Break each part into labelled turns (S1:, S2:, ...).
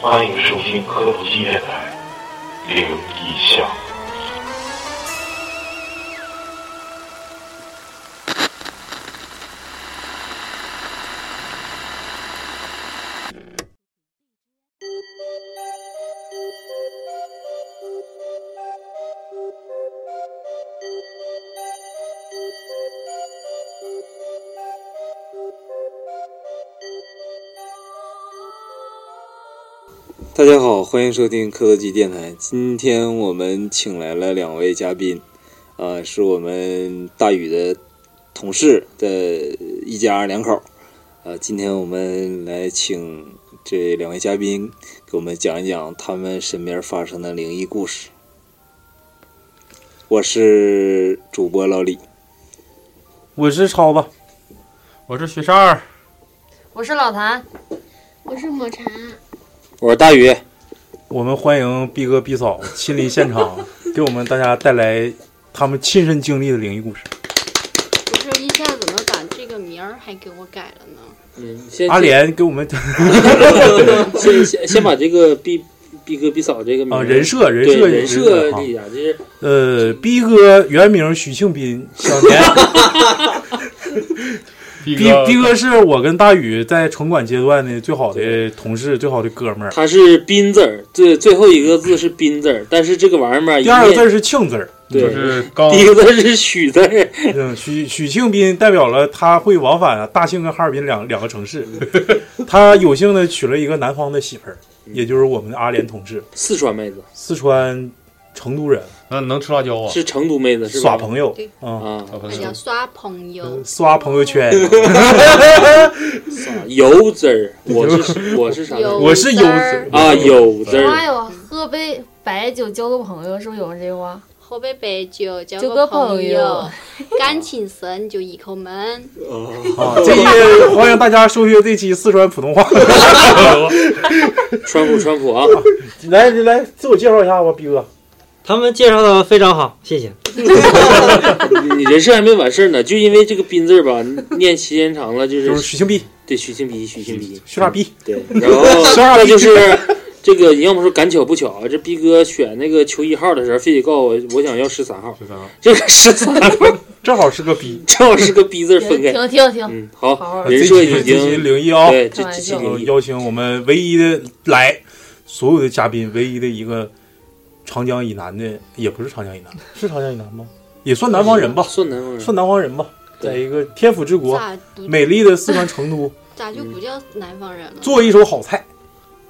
S1: 欢迎收听科普系电台《灵异巷》。
S2: 大家好，欢迎收听科德基电台。今天我们请来了两位嘉宾，啊、是我们大宇的同事的一家两口。呃，今天我们来请这两位嘉宾给我们讲一讲他们身边发生的灵异故事。我是主播老李，
S3: 我是超吧，我是学善儿，
S4: 我是老谭，
S5: 我是抹茶，
S2: 我是大宇。
S3: 我们欢迎毕哥、毕嫂 亲临现场，给我们大家带来他们亲身经历的灵异故事。
S5: 不是一下怎么把这个名儿还给我改了呢？
S6: 先
S3: 阿莲给我们
S2: 呃
S6: 先先先把这个毕毕哥毕嫂这个名
S3: 啊
S6: 儿
S3: 人设人
S6: 对
S3: 设啊
S6: 人
S3: 设
S6: 设立一下，就是
S3: 呃，毕哥原名许庆斌，小 年
S7: 毕
S3: 毕毕哥是我跟大宇在城管阶段的最好的同事，最好的哥们儿。
S6: 他是斌字儿，最最后一个字是斌字儿，但是这个玩意儿嘛，
S3: 第二个字
S6: 儿
S3: 儿是庆字儿，
S7: 就
S6: 对，
S7: 是刚
S6: 第一个字儿是许字儿，
S3: 嗯，许许庆斌代表了他会往返啊大庆跟哈尔滨两两个城 市，他有幸的娶了一个南方的媳妇儿，也就是我们的阿莲同志，
S6: 四川妹子
S3: 四川成都人，
S7: 能能吃辣椒啊，
S6: 是成都妹子是吧？
S3: 耍朋友
S5: 对
S3: 啊，
S6: 啊，
S7: 小朋
S5: 哎
S7: 友
S5: 呀，刷朋友，
S3: 刷朋友 圈，
S6: 耍油字儿，我 是我是啥字儿
S5: 油
S3: 嗯我是有
S5: 有字儿
S6: 啊？有字
S4: 妈
S6: 儿，
S4: 呀，喝杯白酒交个朋友，是不是有人这个话？
S5: 喝杯白酒，交
S4: 交个
S5: 个
S4: 朋
S5: 朋
S4: 友
S5: 友，感情深就一口闷。
S3: 啊，这期欢迎大家收学这期四川普通话，
S6: 川普川普啊，
S3: 来来自我介绍一下吧，逼哥，
S8: 他们介绍的非常好，谢谢。
S6: 你人事还没完事儿呢，就因为这个斌字儿吧，念时间长了就
S3: 就是
S6: 是
S3: 许庆斌，
S6: 对许庆斌，许庆斌，
S3: 许傻逼，
S6: 对，然后再就是这个，你要么说赶巧不巧啊，这逼哥选那个求一号的时候，非得告诉我我想要十三号，
S7: 十三号
S6: 这个十三号
S3: 正好是个逼，啊
S6: 正好是个逼字分开。
S4: 停停停，
S6: 嗯，好，
S4: 好好
S6: 人
S3: 这
S6: 设
S3: 期
S6: 已
S3: 这期
S6: 经
S3: 灵异啊，
S6: 对，这
S4: 开玩
S6: 这期
S4: 笑
S6: 给
S3: 呃，
S6: 你
S3: 邀请我们唯一的来所有的嘉宾，唯一的一个长江以南的，也不是长江以南，是长江以南吗？也算南方人吧，
S6: 算南方人，
S3: 算南方人吧。
S6: 对
S3: 在一个天府之国，
S5: 咋不
S3: 美丽的四川成都，
S5: 咋就不叫南方人了？
S3: 做一手好菜。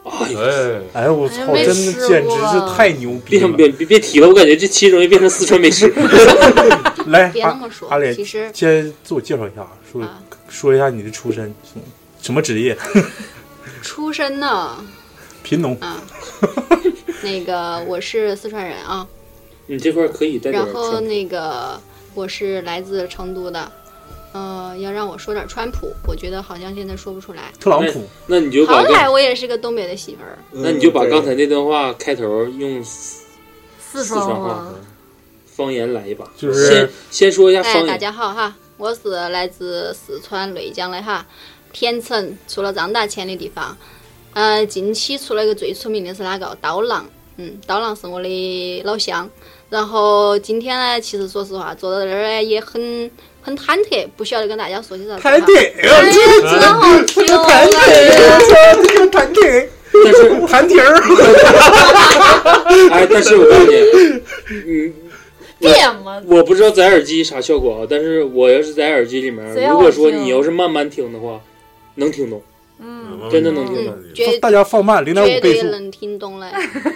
S6: 哎呦，
S7: 哎，
S3: 哎呦我
S4: 哎呀
S3: 操，
S4: 没
S3: 真的
S4: 吃
S3: 简直
S4: 过
S3: 是太牛逼
S6: 别
S3: 了！
S6: 别别别提了，我感觉这期容易变成四川美食。
S3: 来，
S5: 别那
S3: 阿
S5: 么说
S3: 阿，莲
S5: 其实
S3: 先自我介绍一下，说
S5: 啊，
S3: 说一下你的出身，什么什么职业，
S5: 出身呢
S3: 贫农。
S5: 啊，那个我是四川人啊，
S6: 你这块可以带点
S5: 然
S6: 儿
S5: 后
S6: 川普，
S5: 那个我是来自成都的，呃，要让我说点川普，我觉得好像现在说不出来。
S3: 特朗普，
S6: 那你就把
S5: 好歹
S6: 刚，
S5: 我也是个东北的媳妇儿，
S6: 那你就把刚才那段话开头用四
S4: 四
S6: 川
S4: 川
S6: 话
S4: 话，
S6: 方言来一把，
S3: 就是
S6: 先先说一下
S5: 哎，
S6: 方
S5: 大
S6: 言，
S5: 家好哈，我是来自四川雷江的哈，天成除了张大千的地方，呃，近期出了一个最出名的是哪个？刀郎，嗯，刀郎是我的老乡。然后今天呢，其实说实话，坐在这儿呢也很很忐忑，不晓得跟大家说些啥子哈。
S3: 谈点，
S4: 哎呀，真好听啊！
S3: 谈点，我操，这个谈点，
S6: 但是
S3: 谈点儿。
S6: 哎，但是我告诉你，嗯，
S4: 变嘛，
S6: 我不知道摘耳机啥效果啊，但是我要是摘耳机里
S4: 谁
S6: 面，
S4: 要
S6: 如果说
S4: 听
S6: 你要是慢慢听的话，能听懂，
S4: 嗯，
S6: 真的能听懂。
S5: 嗯，绝
S3: 大家放慢零点
S5: 绝
S3: 五倍
S5: 对
S3: 速。
S5: 能听 懂嘞。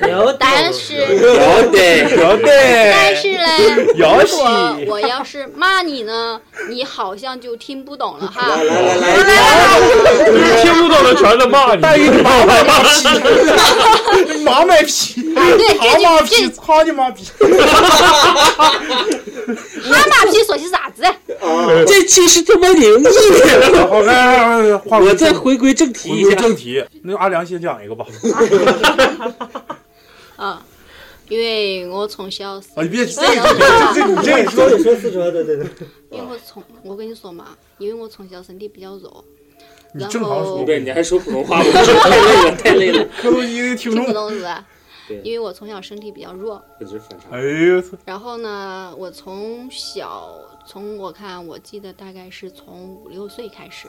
S8: 有
S5: 但是
S6: 有
S5: 嗯
S6: 的，
S3: 有
S5: 但
S3: 的，
S5: 是 嘞，
S3: 有
S5: 如果
S3: 戏。
S5: 我要是骂你呢，你好像就听不懂了哈。
S6: 来来来来，
S7: 听不懂的全在骂 你，
S3: 大鱼你妈
S7: 啊
S3: 卖批，妈卖批，
S5: 啊
S3: 蛤妈批，操你妈逼！
S5: 他马屁说些啥子？
S6: 这期是他妈灵异的。
S3: 好，来来来，话
S6: 我再回啊归正题
S3: 回
S6: 一
S3: 归
S6: 下，
S3: 正题，那阿良先讲一 个吧。
S5: 啊，因为我从小是
S3: 啊，你别这
S5: 四川
S3: 这
S5: 的，
S3: 你这说
S8: 说说四川的，对对对，
S5: 因为我从我跟你说嘛，因为我从小身体比较弱，
S3: 你正常
S5: 然
S3: 说
S5: 后
S9: 对，你还说普通话，我 太累了，太累了，
S3: 克洛伊的听
S5: 听
S3: 众
S5: 不，懂是吧
S9: 对？
S5: 因为我从小身体比较弱，
S9: 我这反差
S3: 哎。呦我操，
S5: 然后呢，我从小从我看，我记得大概是从五六岁开始。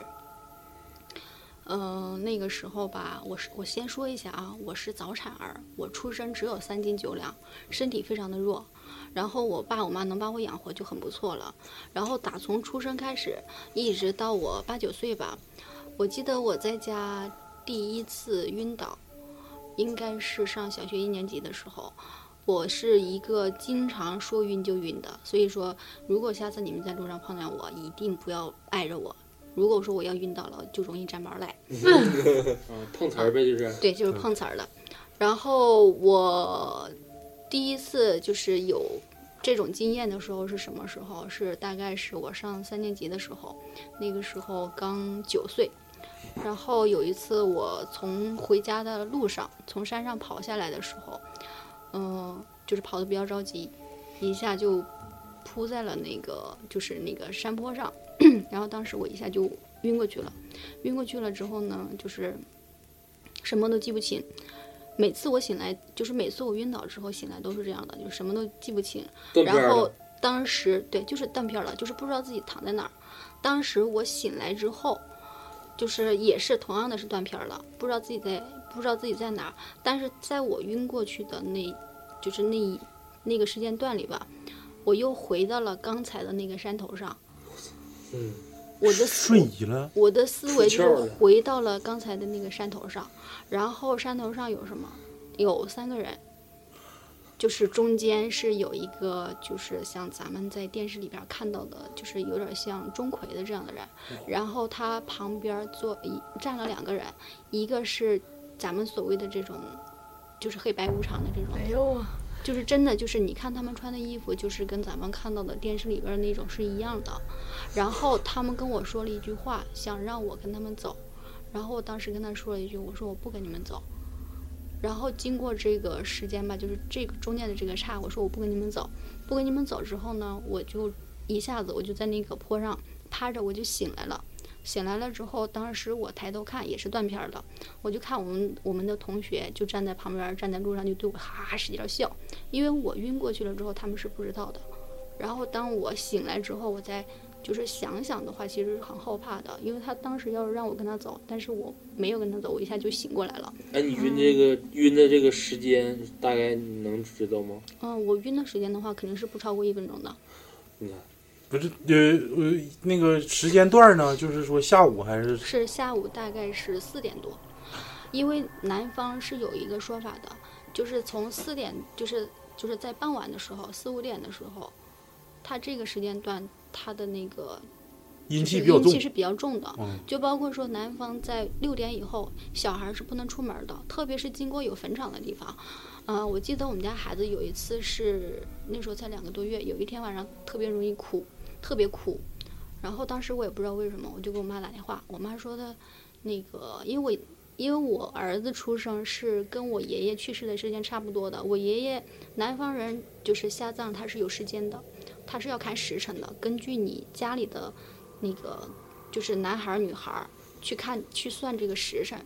S5: 嗯、那个时候吧，我是我先说一下啊，我是早产儿，我出生只有三斤九两，身体非常的弱。然后我爸我妈能把我养活就很不错了。然后打从出生开始，一直到我八九岁吧，我记得我在家第一次晕倒，应该是上小学一年级的时候。我是一个经常说晕就晕的，所以说如果下次你们在路上碰见我，一定不要挨着我。如果说我要晕倒了，就容易沾毛赖。
S9: 啊，碰瓷儿呗，就是
S5: 对，就是碰瓷儿了。然后我第一次就是有这种经验的时候是什么时候？是大概是我上三年级的时候，那个时候刚九岁。然后有一次我从回家的路上，从山上跑下来的时候，嗯、就是跑得比较着急，一下就扑在了那个就是那个山坡上， 然后当时我一下就晕过去了。晕过去了之后呢，就是什么都记不清。每次我醒来，就是每次我晕倒之后醒来都是这样的，就什么都记不清。
S9: 断片
S5: 然
S9: 儿
S5: 后
S9: 了。
S5: 当时对，就是断片儿了，就是不知道自己躺在哪儿。当时我醒来之后，就是也是同样的是断片儿了，不知道自己在不知道自己在哪儿。但是在我晕过去的那，就是那一那个时间段里吧，我又回到了刚才的那个山头上。
S9: 嗯，
S5: 我的思
S3: 瞬移了，
S5: 我的思维
S9: 出窍
S5: 就
S9: 了
S5: 回到了刚才的那个山头上，然后山头上有什么？有三个人，就是中间是有一个，就是像咱们在电视里边看到的，就是有点像钟馗的这样的人，然后他旁边坐一站了两个人，一个是咱们所谓的这种，就是黑白无常的这种，
S4: 哎呦我，
S5: 就是真的，就是你看他们穿的衣服，就是跟咱们看到的电视里边儿那种是一样的。然后他们跟我说了一句话，想让我跟他们走。然后我当时跟他说了一句，我说我不跟你们走。然后经过这个时间吧，就是这个中间的这个岔，我说我不跟你们走，不跟你们走之后呢，我就一下子我就在那个坡上趴着，我就醒来了。醒来了之后，当时我抬头看也是断片儿的，我就看我们我们的同学就站在旁边儿，站在路上就对我哈哈使劲儿笑，因为我晕过去了之后，他们是不知道的。然后当我醒来之后，我再就是想想的话，其实是很后怕的，因为他当时要是让我跟他走，但是我没有跟他走，我一下就醒过来了。
S9: 哎，你晕这个晕的这个时间大概你能知道吗？
S5: 嗯，我晕的时间的话，肯定是不超过一分钟的。
S9: 你看，
S3: 不是呃呃那个时间段呢，就是说下午还是
S5: 是下午大概是四点多，因为南方是有一个说法的，就是从四点，就是就是在傍晚的时候，四五点的时候，它这个时间段它的那个
S3: 阴
S5: 就是
S3: 气比较重
S5: 阴气，是比较重的。
S3: 嗯
S5: 就包括说南方在六点以后，小孩是不能出门的，特别是经过有坟场的地方。呃，我记得我们家孩子有一次是那时候才两个多月，有一天晚上特别容易哭，特别哭。然后当时我也不知道为什么，我就给我妈打电话，我妈说的，那个因为我因为我儿子出生是跟我爷爷去世的时间差不多的，我爷爷南方人就是下葬他是有时间的，他是要看时辰的，根据你家里的那个就是男孩儿女孩儿去看去算这个时辰，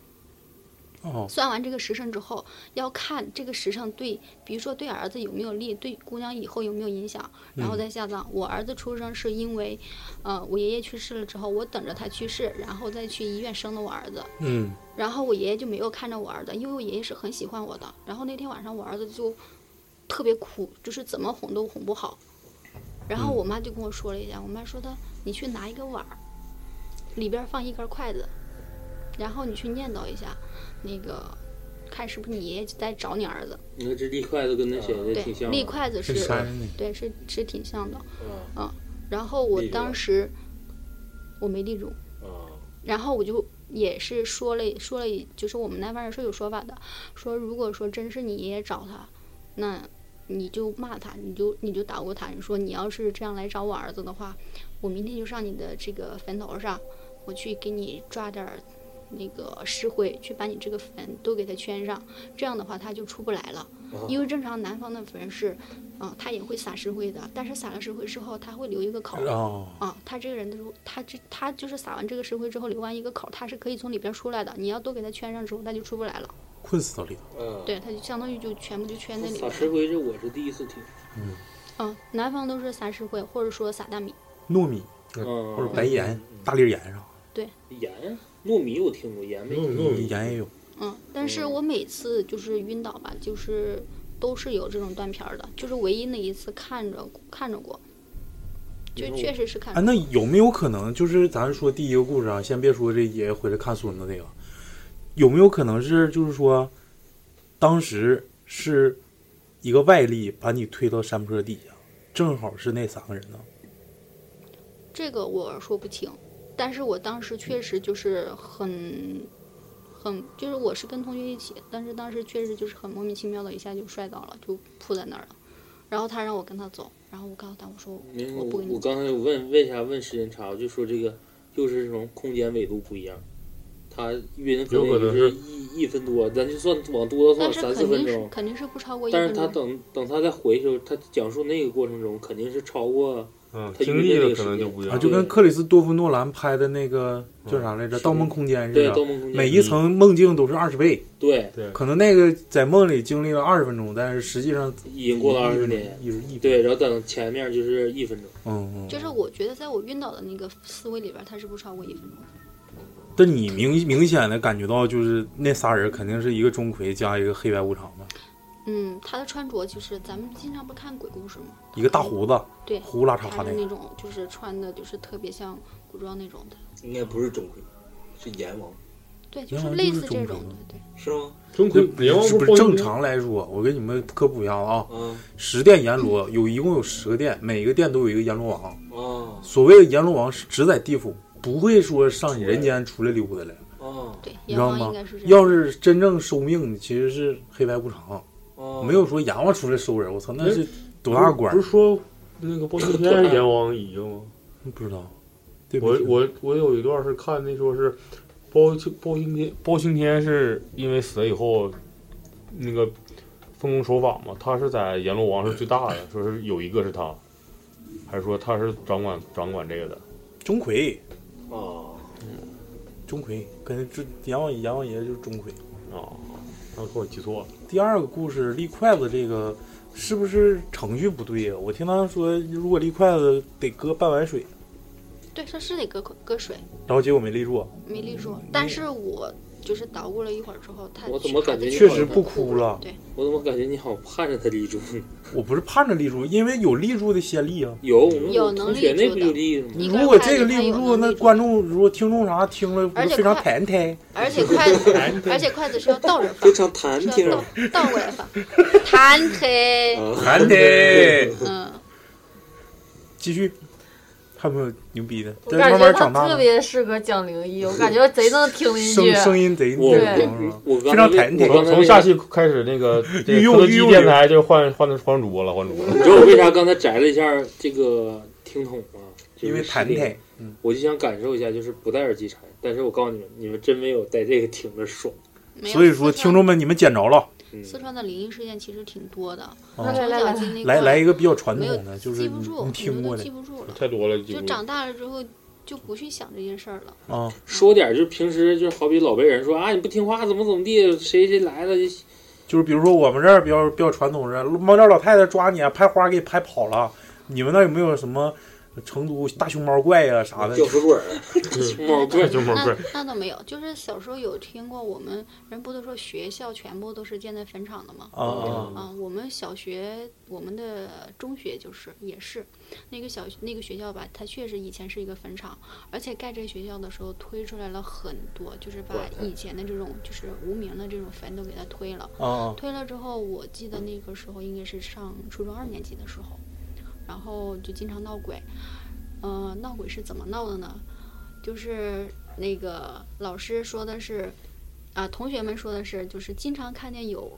S3: 哦，
S5: 算完这个时辰之后，要看这个时辰对，比如说对儿子有没有利，对姑娘以后有没有影响，然后再下葬。我儿子出生是因为，呃，我爷爷去世了之后，我等着他去世，然后再去医院生的我儿子。
S3: 嗯，
S5: 然后我爷爷就没有看着我儿子，因为我爷爷是很喜欢我的。然后那天晚上我儿子就特别哭，就是怎么哄都哄不好。然后我妈就跟我说了一下，我妈说的，你去拿一个碗儿，里边儿放一根筷子，然后你去念叨一下，那个看是不是你爷爷在找你儿子。
S9: 你看这立筷子跟那谁的
S5: 对
S9: 挺，像的。
S5: 立筷子是
S3: 是，山那个
S5: 对，是是挺像的。
S9: 啊
S5: 然后我
S9: 立住了
S5: 当时我没立住，
S9: 啊，
S5: 然后我就也是说了说了一，就是我们那边人是有说法的，说如果说真是你爷爷找他，那你就骂他，你就你就打过他，你说你要是这样来找我儿子的话，我明天就上你的这个坟头上，我去给你抓点儿那个石灰，去把你这个坟都给它圈上，这样的话他就出不来了。嗯
S6: 哦
S9: 嗯
S5: 因为正常南方的人是，嗯，他也会撒石灰的，但是撒了石灰之后，他会留一个口。
S3: 啊，
S5: 啊，他这个人的如他这他就是撒完这个石灰之后留完一个口，他是可以从里边出来的。你要都给他圈上之后，他就出不来了。
S3: 困死到里头。
S9: 嗯，
S5: 对，他就相当于就全部就圈在里
S9: 撒
S5: 边。
S9: 石灰这我是第一次听，
S5: 嗯，南方都是撒石灰，或者说撒大米。
S3: 糯米
S9: 嗯，
S3: 或
S6: 哦
S3: 者白盐、大粒盐啥，
S9: 盐糯米我听过，盐没听过。
S3: 嗯盐也有。
S5: 嗯，但是我每次就是晕倒吧，就是都是有这种断片儿的，就是唯一那一次看着看着过，就
S9: 嗯
S5: 确实是看
S3: 哎，
S5: 着过。
S3: 那有没有可能就是咱说第一个故事啊？先别说这爷爷回来看孙子这个，有没有可能是就是说，当时是一个外力把你推到山坡底下，正好是那三个人呢？
S5: 这个我说不清，但是我当时确实就是很。很就是我是跟同学一起，但是当时确实就是很莫名其妙的一下就摔倒了，就扑在那儿了。然后他让我跟他走，然后我告诉他我说
S9: 没有
S5: 我不跟
S9: 我我
S5: 你走。
S9: 刚才我问为啥问时间差，我就说这个就是从空间纬度不一样，他晕可
S7: 有可
S9: 能
S7: 能
S9: 就是
S7: 是
S9: 一一分多，咱就算往多了
S5: 但是
S9: 算三四
S5: 肯
S9: 分
S5: 定是
S9: 钟。
S5: 肯定是不超过一
S9: 但
S5: 分
S9: 是他
S5: 钟。
S9: 等等他再回去的时候，他讲述那个过程中肯定是超过
S7: 嗯，
S9: 他
S7: 经
S9: 晕
S7: 历
S9: 的
S7: 的
S9: 这个
S7: 可
S9: 时
S7: 能就
S9: 间
S7: 不一
S3: 啊，
S7: 样。
S3: 就跟
S9: 对嗯
S3: 克里斯多夫诺兰拍的那个叫啥来着，《盗梦空间》似
S9: 对《盗
S3: 的，
S9: 梦空间》嗯
S3: 每一层梦境都是二十倍，
S9: 对
S3: 可能那个在梦里经历了二十分钟，但是实际上
S9: 已经过了二十年，
S3: 一一
S9: 对，，然后等前面就是一分钟，
S3: 嗯嗯，
S5: 就是我觉得在我晕倒的那个思维里边，他是不超过一分钟的。
S3: 但你明明显的感觉到，就是那仨人肯定是一个钟馗加一个黑白无常吧，
S5: 嗯，他的穿着就是咱们经常不看鬼故事吗？
S3: 一个大胡子，
S5: 对，
S3: 胡子拉碴
S5: 他
S3: 那
S5: 是
S3: 个。
S5: 那种就是穿的就是特别像古装那种的，
S10: 应该不是钟馗，是阎王，
S5: 对，就
S3: 因
S5: 是
S3: 为
S5: 类
S3: 就是
S5: 似这
S3: 中
S5: 种
S3: 国
S5: 的，对。
S10: 是吗？
S7: 中
S3: 这
S7: 国阎王
S3: 是不是
S7: 包
S3: 正
S7: 公
S3: 常来说？我给你们科普一下子啊，
S10: 啊
S3: 十殿阎 罗有一共有十个殿，每个殿都有一个阎罗王。
S10: 啊
S3: 所谓的阎罗王是只在地府，不会说上人间出来溜达来。
S10: 啊
S5: 对，
S3: 你
S5: 嗯阎
S3: 知道
S5: 王
S3: 吗
S5: 应该是这样。
S3: 要是真正收命的，其实是黑白无常，
S10: 啊！
S3: 没有说阎王出来收人。我操，那是多大官
S7: 嗯哎不
S3: 儿？
S7: 是说那个包青天是阎王一个吗？
S3: 不知道。对不
S7: 我
S3: 起
S7: 我我有一段是看那说是包青包青天包青天是因为死了以后那个奉公守法嘛，他是在阎罗王是最大的， 说是有一个是他，还是说他是掌管掌管这个的？
S3: 钟馗，
S10: 啊，
S3: 钟馗跟这阎王阎王爷就是钟馗。
S7: 啊，那可我记错了。
S3: 第二个故事立筷子这个是不是程序不对呀、我听他说，如果立筷子得搁半碗水，
S5: 对，他是得隔隔水，
S3: 然后结果没立住，啊
S5: 没立住。但是我就是捣鼓了一会儿之后，他
S9: 我怎么感觉你
S3: 确
S9: 好
S3: 实
S9: 像
S3: 不哭了。
S5: 对，
S9: 我怎么感觉你好像盼着他立住呢？
S3: 我不是盼着立住，因为有立住的先立啊。
S9: 有，我们
S5: 有
S9: 我
S5: 能
S9: 同学
S5: 立
S9: 那
S5: 住
S9: 不
S5: 的
S9: 就立了吗？
S5: 一个
S3: 如果
S5: 筷
S3: 这个
S5: 子它
S3: 立
S5: 有
S3: 不住，
S5: 能
S3: 那
S5: 立住
S3: 观众如果听众啥听了，不
S5: 而
S3: 是
S5: 且
S3: 非常
S5: 筷
S3: 忐忑。
S5: 而且筷子，而且筷子是要倒着 放，
S9: 常忐
S5: 是要倒倒过来放，弹开，
S9: 啊
S3: 忐忑。
S5: 嗯，
S3: 继续，还有没有牛逼的？
S4: 我
S3: 但
S4: 感
S3: 慢
S4: 觉
S3: 慢
S4: 他
S3: 长大
S4: 特
S3: 了，
S4: 别适合讲灵异，我感觉贼能听进
S3: 声
S4: 去。
S3: 声音贼
S9: 我
S3: 那
S4: 对
S3: 种是吧
S9: 我
S3: 嗯非常
S9: 刚才
S3: 忐
S9: 为
S3: 忑
S9: 我
S7: 从
S9: 刚才
S7: 从
S9: 为
S7: 下期开始，那 个这
S3: 御
S7: 个
S3: 用
S7: 科德
S3: 御
S7: 基
S3: 用
S7: 电
S3: 流
S7: 台就换换换主播了，换主播了。
S9: 你知道我为啥刚才摘了一下这个听筒吗？就是
S3: 因为
S9: 失
S3: 忐
S9: 联
S3: 忑。
S9: 我就想感受一下，就是不戴耳机啥样。但是我告诉你们，你们真没有戴这个听着爽。
S5: 没有
S3: 所以
S5: 四
S3: 说，
S5: 川
S3: 听众们你们捡着了，
S9: 嗯，
S5: 四川的灵异事件其实挺多的，
S3: 啊
S4: 来
S5: 从
S4: 来
S5: 小
S4: 来
S5: 经历
S3: 来
S5: 过
S3: 来一个比较传
S5: 没有
S3: 统的，就是
S5: 记不
S3: 你
S5: 住，
S3: 你
S5: 很
S3: 听
S5: 多
S3: 过
S5: 都
S3: 的
S5: 记不住了，
S7: 太多了，
S5: 就长大了之后就不去想这些事儿了。
S3: 啊。
S9: 说点儿就是平时就是好比老被人说啊你不听话怎么怎么地，谁谁来了，
S3: 就是比如说我们这儿比较比较传统是，猫脚老太太抓你啊拍花给你拍跑了，你们那儿有没有什么成都大熊猫怪呀、啥的？啊
S10: 吊死 鬼儿，
S9: 猫怪
S7: 就毛
S5: 那
S7: 怪，
S5: 嗯那倒没有，就是小时候有听过，我们人不都说学校全部都是建在坟场的吗？
S3: 啊啊
S5: 啊，我们小学，我们的中学就是也是，那个小那个学校吧，它确实以前是一个坟场，而且盖这个学校的时候推出来了很多，就是把以前的这种就是无名的这种坟都给它推了。
S3: 啊啊！
S5: 推了之后，我记得那个时候应该是上初中二年级的时候，然后就经常闹鬼。呃，闹鬼是怎么闹的呢？就是那个老师说的是，啊，同学们说的是，就是经常看见有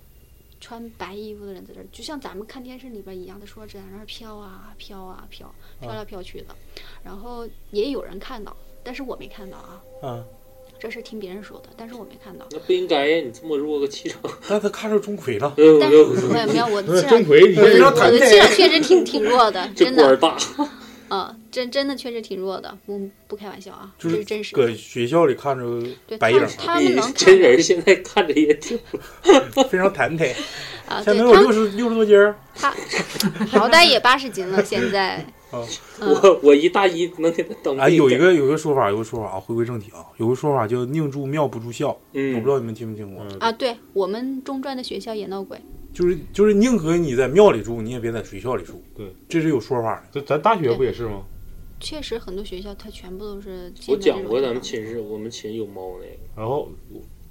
S5: 穿白衣服的人在这儿，就像咱们看电视里边一样，他说在那儿飘啊飘啊飘，飘来飘去的。然后也有人看到，但是我没看到啊。
S3: 啊
S5: 这是听别人说的，但是我没看到。
S6: 那不应该呀！你这么弱个气场，
S3: 但他看上钟馗了，
S6: 呃，
S5: 但
S6: 我
S5: 是
S6: 就
S5: 我也没有，我
S7: 不是
S5: 气
S7: 钟
S5: 场，
S7: 馗，你
S5: 我
S7: 这
S5: 的我的气场确实挺挺弱的，
S6: 这
S5: 真
S6: 官儿
S5: 的，
S6: 大，
S5: 啊，真真的确实挺弱的，不不开玩笑啊，
S3: 就
S5: 这
S3: 是
S5: 是真实
S3: 搁
S5: 的。
S3: 学校里看着
S5: 对，他
S3: 白影儿
S5: 们他们
S6: 你
S5: 能
S6: 真
S5: 看
S6: 人现在看着也挺
S3: 非常忐忑，
S5: 啊，
S3: 现
S5: 对
S3: 在
S5: 他
S3: 有六十六十多斤儿，
S5: 他 好歹也八十斤了，现在
S3: 哦，
S5: 嗯，
S6: 我我一大一能给他等
S3: 哎，有一个有一个说法，有个说法啊，回归正题啊，有个说法叫宁住庙不住校，我
S6: 嗯
S3: 不知，道你们听没听过，
S5: 啊，对我们中专的学校也闹鬼，
S3: 就是就是宁可你在庙里住，你也别在学校里住，
S7: 对，
S3: 这是有说法的。
S7: 这咱大学不也是吗？
S5: 确实很多学校它全部都是建
S6: 我
S5: 在这
S6: 讲
S5: 种
S6: 过
S5: 地
S6: 咱们
S5: 方
S6: 寝室，我们寝室有猫那个，
S7: 然后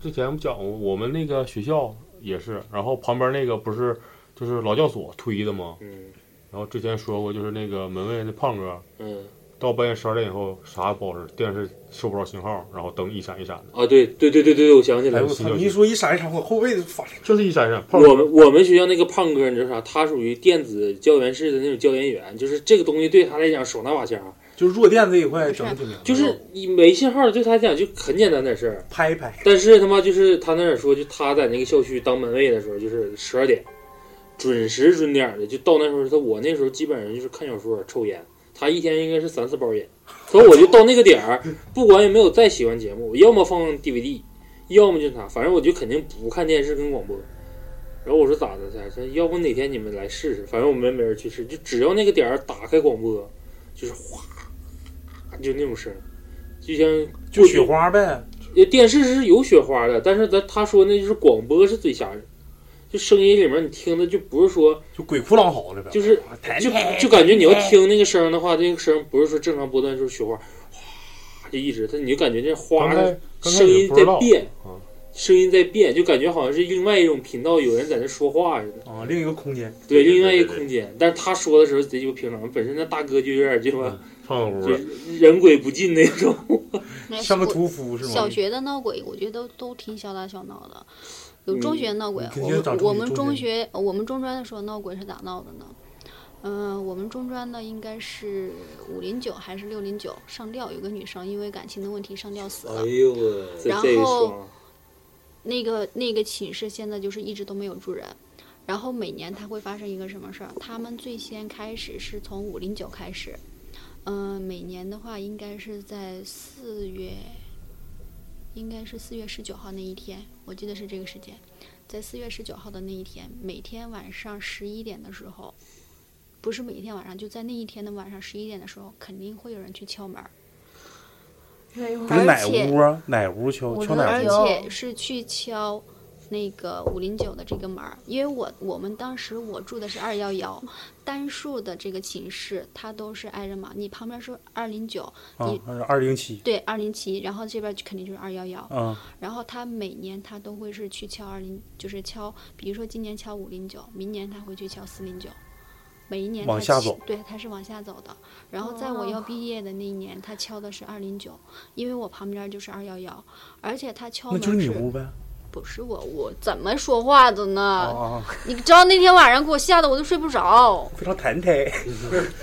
S7: 之前不讲过，我们那个学校也是，然后旁边那个不是就是劳教所推的吗？
S6: 嗯
S7: 然后之前说过，就是那个门卫那胖哥，
S6: 嗯，
S7: 到半夜十二点以后啥也不好使，电视收不着信号，然后灯一闪一闪的，
S6: 啊，对对对对对对，我想起来
S3: 哎，
S6: 了
S3: 我，操！你一说一闪一闪，我后背都发凉。
S7: 就是一闪一闪。胖
S6: 我
S7: 哥
S6: 们我们学校那个胖哥，你知道啥？他属于电子教研室的那种教研员，就是这个东西对他来讲手拿把掐，
S3: 就是弱电这一块
S5: 啊
S3: 整的挺明白的，
S6: 就是你没信号对他来讲就很简单点事儿。
S3: 拍一拍，
S6: 但是他妈就是他那点说，就他在那个校区当门卫的时候，就是十二点，准时准点儿的就到那时候。他我那时候基本上就是看小说、抽烟，他一天应该是三四包烟。可我就到那个点儿，不管有没有再喜欢节目，我要么放 DVD，要么就是啥，反正我就肯定不看电视跟广播。然后我说咋的？他说要不哪天你们来试试，反正我们没人去试，就只要那个点儿打开广播，就是哗，就那种声儿，就像
S3: 就
S6: 过去
S3: 雪花呗，
S6: 呃，电视是有雪花的，但是咱他说那就是广播是最吓人，就声音里面你听的就不是说
S3: 就鬼哭狼嚎的呗，啊
S6: 就是就就感觉你要听那个声儿的话，那个声儿不是说正常波段就是雪花，哗就一直，它你就感觉这
S7: 刚
S6: 哗
S7: 开
S6: 的
S7: 刚开
S6: 声
S7: 始
S6: 音
S7: 不知
S6: 在
S7: 道，
S6: 变
S7: 嗯，
S6: 声音在变，就感觉好像是另外一种频道有人在那说话似的。
S3: 啊，另一个空间。
S6: 对，
S7: 对对
S6: 另外一
S7: 对
S6: 个
S7: 对
S6: 空间，但是他说的时候贼鸡巴平常，本身那大哥就有点鸡巴
S7: 胖
S6: 就
S7: 乎
S6: 是人鬼不进那种。
S5: 那
S3: 像个
S5: 我
S3: 屠夫是吗？
S5: 小学的闹鬼，我觉得都都挺小打小闹的。有中学闹
S3: 嗯，
S5: 鬼我
S3: 你肯定
S5: 们
S3: 找
S5: 我们
S3: 中
S5: 中
S3: 学
S5: 学我们中专的时候闹鬼是咋闹的呢？嗯、我们中专呢应该是五零九还是六零九上吊，有个女生因为感情的问题上吊死了
S11: 哎。呦喂，
S6: 这
S5: 然
S6: 这一
S5: 后
S6: 双
S5: 那个那个寝室现在就是一直都没有住人。然后每年它会发生一个什么事儿？他们最先开始是从五零九开始，嗯、每年的话应该是在四月，应该是四月十九号那一天，我记得是这个时间，在四月十九号的那一天，每天晚上十一点的时候，不是每天晚上，就在那一天的晚上十一点的时候，肯定会有人去敲门儿，
S3: 不是
S5: 而
S3: 哪
S5: 且
S3: 屋啊？哪屋敲
S4: 我
S3: 敲
S4: 知道
S3: 哪
S5: 而
S3: 屋？
S5: 且是去敲那个五零九的这个门儿，因为我我们当时我住的是二幺幺单数的这个寝室，它都是挨着嘛，你旁边是二零九，
S3: 啊
S5: 你，
S3: 二零七
S5: 对二零七，然后这边就肯定就是二幺幺，
S3: 啊，
S5: 然后他每年他都会是去敲二零，就是敲，比如说今年敲五零九，明年他会去敲四零九，每一年
S3: 往
S5: 他
S3: 下
S5: 起
S3: 走，
S5: 对，他是往下走的。然后在我要毕业的那一年，他敲的是二零九，因为我旁边就是二幺幺，而且他敲
S3: 那
S5: 门
S3: 就是你屋呗。
S5: 不是我，我怎么说话的
S3: 啊
S6: 哦
S5: 呢？
S3: 啊， 啊
S5: 你知道那天晚上给我吓得我都睡不着，
S3: 非常忐忑。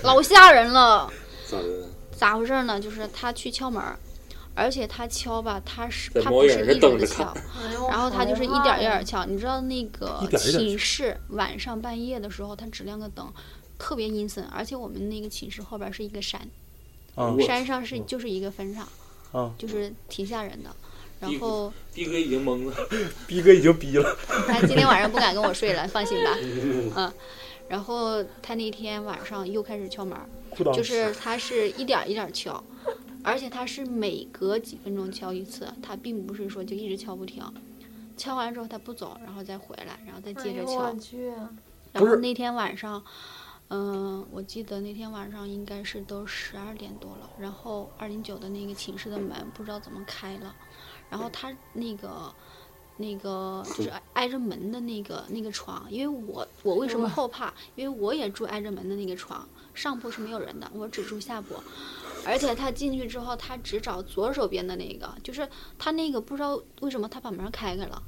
S5: 老吓人了。
S6: 咋的呢？
S5: 咋回事呢？就是他去敲门儿，而且他敲吧，他是
S6: 在
S5: 他
S6: 猫
S5: 不
S6: 眼
S5: 是
S6: 儿
S5: 一
S6: 那等
S5: 直的
S6: 着看
S5: 敲，
S4: 哎呦
S5: 然后他就是一点儿一点儿敲。你知道那
S3: 哦一
S5: 个
S3: 点儿一点儿
S5: 寝室晚上半夜的时候，它只亮个灯，特别阴森。而且我们那个寝室后边是一个山，
S3: 啊
S6: 我
S5: 山上是就是一个坟场，
S3: 啊，
S5: 就是挺吓人的。
S6: 一
S5: 然
S6: 股
S5: 后
S6: 逼哥已经懵了，
S3: 逼哥已经逼了。
S5: 他今天晚上不敢跟我睡了，放心吧。嗯，然后他那天晚上又开始敲门儿，
S3: 裤裆
S5: 就是他是一点儿一点儿敲，而且他是每隔几分钟敲一次，他并不是说就一直敲不停。敲完之后他不走，然后再回来，然后再接着敲
S4: 我。去，
S5: 然后
S3: 是
S5: 那天晚上，嗯、我记得那天晚上应该是都十二点多了，然后二零九的那个寝室的门不知道怎么开了，然后他那个。那个就是挨挨着门的那个那个床，因为我我为什么后怕？因为我也住挨着门的那个床，上铺是没有人的，我只住下铺。而且他进去之后，他只找左手边的那个，就是他那个不知道为什么他把门开开了，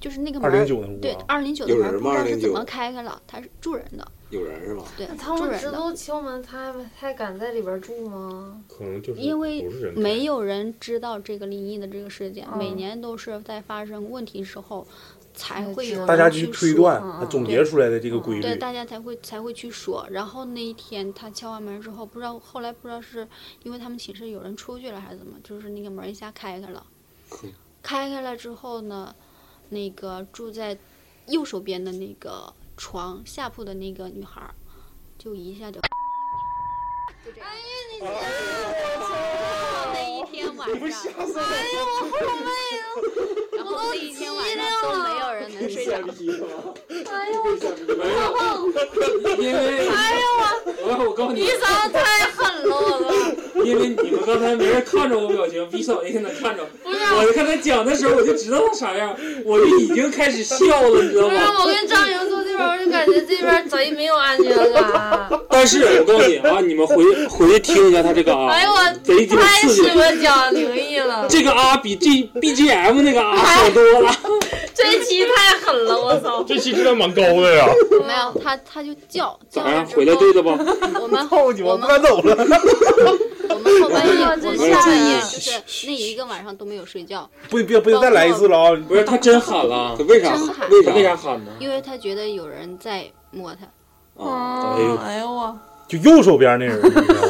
S5: 就是那个门儿
S3: 209那屋
S5: 对
S3: 啊
S5: 二零九的
S11: 有
S5: 门
S11: 人
S5: 不
S11: 吗
S5: 知道是怎
S11: 209
S5: 么开开了，他是住人的，
S9: 有人是吧？
S5: 对，
S4: 他
S5: 住
S4: 们
S5: 人
S4: 直
S5: 的，
S4: 都敲门，他还他还敢在里边住吗？
S7: 可能就是
S5: 因为
S7: 不是人
S5: 没
S7: 有
S5: 有人知道这个灵异的这个事件，
S4: 嗯
S5: 每年都是在发生问题时候才
S4: 嗯
S5: 会有
S4: 知道
S5: 人
S3: 大家
S5: 去
S3: 去推
S5: 说
S3: 断
S4: 嗯，
S3: 他总结出来的这个
S4: 嗯
S3: 规
S5: 对，
S3: 律，
S5: 大家才会才会去说。然后那一天他敲完门之后，不知道后来不知道是因为他们寝室有人出去了还是怎么，就是那个门一下开开了，开开了之后呢，那个住在右手边的那个床下铺的那个女孩儿，就一下就。就这样。哎呀，你 那一天晚上，哎呀，我好累 啊！然后那一天晚上都没有人 能睡着。
S4: 哎呦，
S6: 因为
S4: 哎呦
S6: 我我告诉
S4: 我，
S6: 你
S4: 你，嫂子太狠了，我操！
S6: 因为你们刚才没人看着我表情，比嫂那天能看着。
S4: 不是，啊
S6: 我看他讲的时候，我就知道他啥样，我就已经开始笑了，你知道
S4: 不是，
S6: 吗？
S4: 我跟张莹坐这边，我就感觉这边贼没有安全感。
S6: 但是我告诉你啊，你们回回去听一下他这个啊
S4: 哎，呦，我
S6: 贼鸡巴
S4: 太
S6: 刺激
S4: 适。合讲灵异了，
S6: 这个啊，比 G B G M 那个啊好多了。
S4: 这期太狠了，我操！
S7: 这期质量蛮高 的呀，
S5: 没有，他他就叫叫
S6: 早上
S5: 了
S6: 回来对的吧？
S5: 我们
S3: 操你妈，
S5: 我
S3: 不
S5: 们
S3: 敢走了。
S5: 我们后半夜，
S4: 哎
S5: 我
S4: 呀
S5: 们
S4: 真
S5: 后
S4: 吓
S5: 半
S4: 人
S5: 夜就是那一个晚上都没有睡觉，
S3: 不，别，不要再来一次了啊！
S6: 不是他真喊了
S9: 他，为啥
S5: 真喊？
S9: 为
S6: 他
S9: 啥？
S6: 为啥喊呢？
S5: 因为他觉得有人在摸他，
S9: 啊？
S6: 哎呦
S4: 哎呦我，
S3: 就右手边那人，你知道吗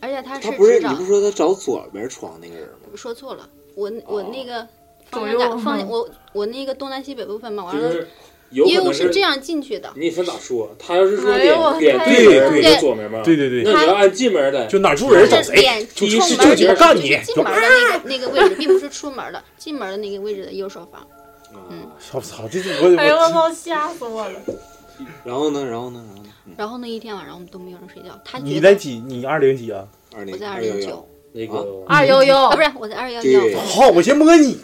S5: 而且他是
S9: 他不是
S5: 知
S9: 你
S5: 道
S9: 不是说他找左边床那个人吗？
S5: 说错了，我那我
S9: 哦
S5: 那个方
S4: 左
S5: 向
S4: 右嗯
S5: 感方我我那个东南西北部分嘛，完
S6: 就
S5: 了
S6: 是有
S5: 业
S6: 可
S5: 务
S6: 能
S5: 是这样进去的，
S6: 你分咋说？他要是说
S4: 哎呦我
S6: 脸脸
S4: 太
S6: 对门
S3: 对
S6: 儿，你
S5: 对
S6: 就左门嘛。
S3: 对对对，
S6: 那你要按进门的，
S3: 就哪住
S5: 就
S3: 人找
S5: 是
S3: 谁，
S5: 脸
S3: 就
S5: 冲
S3: 一
S5: 门
S3: 是
S5: 的
S3: 就
S5: 那
S3: 觉
S5: 个
S3: 得干你
S5: 进，进
S3: 就
S5: 门的那个那个位置，并不是出门的，进门的那个位置的右手房，嗯
S9: 啊，
S3: 我操，这我
S4: 哎呦我
S3: 我
S4: 操，吓死我了！
S9: 然后呢？然后呢？然后呢？嗯，
S5: 然后那一天晚上我们都没有人睡觉，他觉
S3: 你在
S5: 得
S3: 几？你二零几啊？
S9: 二
S5: 我
S9: 零
S5: 在
S9: 二
S5: 二
S9: 幺
S5: 零
S9: 幺
S5: 九，
S6: 那个
S4: 二幺幺
S5: 啊，不，是我在二幺幺
S9: 对，
S3: 好，我先摸你，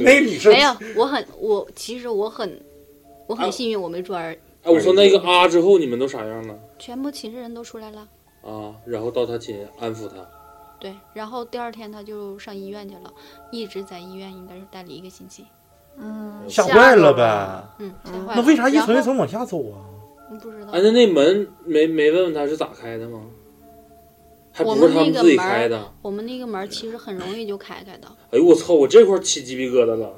S3: 那个女生
S5: 没有，我很我其实我很我很幸运，我没住二，
S6: 哎，我说那个啊之后，你们都啥样呢？
S5: 全部寝室人都出来了。
S6: 啊，然后到他寝安抚他。
S5: 对，然后第二天他就上医院去了，一直在医院，应该是待了一个星期。
S4: 嗯，
S3: 吓
S4: 着
S3: 坏了呗。
S5: 嗯，吓
S4: 嗯
S5: 坏
S3: 那
S5: 了
S3: 为啥一
S5: 然
S3: 层一
S5: 后
S3: 层往下走啊？
S5: 嗯不知道
S6: 哎，？那那门没没问问他是咋开的吗？还不
S5: 我
S6: 是
S5: 们
S6: 他
S5: 那
S6: 们
S5: 个
S6: 自己
S5: 门
S6: 开
S5: 儿
S6: 的。
S5: 我们那个门儿其实很容易就开开的，
S6: 哎呦我操！我这块儿起鸡皮疙瘩了。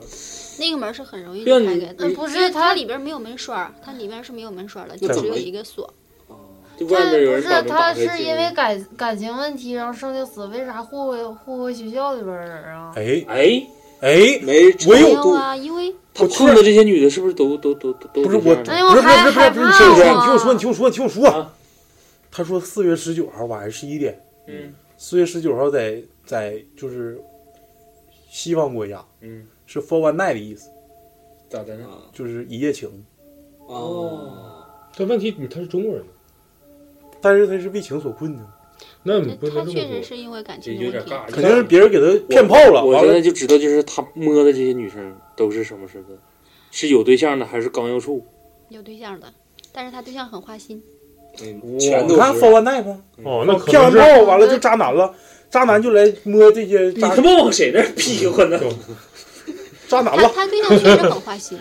S5: 那个门儿是很容易
S6: 对啊
S5: 就开
S6: 你
S5: 开的。
S4: 嗯
S5: 因
S4: 不
S5: 为
S4: 是
S5: 它
S4: 他
S5: 里边没有门栓儿，它里边是没有门栓儿的，就
S9: 那
S5: 只
S9: 怎
S5: 有
S9: 么
S5: 一个锁。
S6: 就
S4: 他
S6: 外面有
S4: 不
S6: 人把
S4: 是
S6: 门打
S4: 他
S6: 开
S4: 是
S6: 进
S4: 因为
S6: 屋
S4: 感感情问题，然后生的死，为啥祸祸祸祸学校里边人啊？
S3: 哎
S6: 哎，
S3: 哎，
S9: 没
S3: 我
S5: 没
S9: 有
S5: 有
S9: 度，
S5: 啊，因为
S6: 他
S3: 我突
S6: 碰
S3: 然
S6: 到这些女的，是不是都都都都都
S3: 不是
S6: 这
S3: 我，
S6: 样
S3: 不
S6: 的
S4: 哎呦
S3: 是不是
S4: 还
S3: 不是不是，你
S4: 害
S3: 听我
S4: 怕
S3: 说，你听我说，你听我说，你听我说
S6: 啊。
S3: 他说四月十九号晚上十一点，
S6: 嗯
S3: 四月十九号在在就是西方国家
S6: 嗯，
S3: 是 for one night 的意思，
S6: 咋的呢？嗯
S3: 就是一夜情，
S9: 哦，
S7: 但问题你他是中国人，
S3: 但是他是为情所困呢，
S7: 那你嗯不
S5: 它
S7: 能这
S5: 确
S7: 么
S5: 实是
S7: 说。
S5: 因为感
S6: 这
S5: 情
S6: 有
S5: 的
S6: 点
S5: 问
S6: 尬。
S5: 题。
S3: 肯定是别人给他骗炮了，
S6: 我
S3: 完
S6: 现在
S3: 了
S6: 就知道，就是他摸的这些女生都是什么身份，是有对象的还是刚要处？
S5: 有对象的，但是他对象很花心。
S9: 嗯全
S3: 你
S9: 都
S3: 看
S9: 是
S3: for one night 吗？
S7: 哦，那可
S3: 骗
S7: 能
S3: 完
S7: 是
S3: 炮完了就渣男了，渣男就来摸这些
S6: 你
S3: 渣
S6: 他妈往谁那儿屁
S9: 嗯
S6: 股呢？
S3: 渣男
S5: 他
S3: 了，
S5: 他对象确实很花心，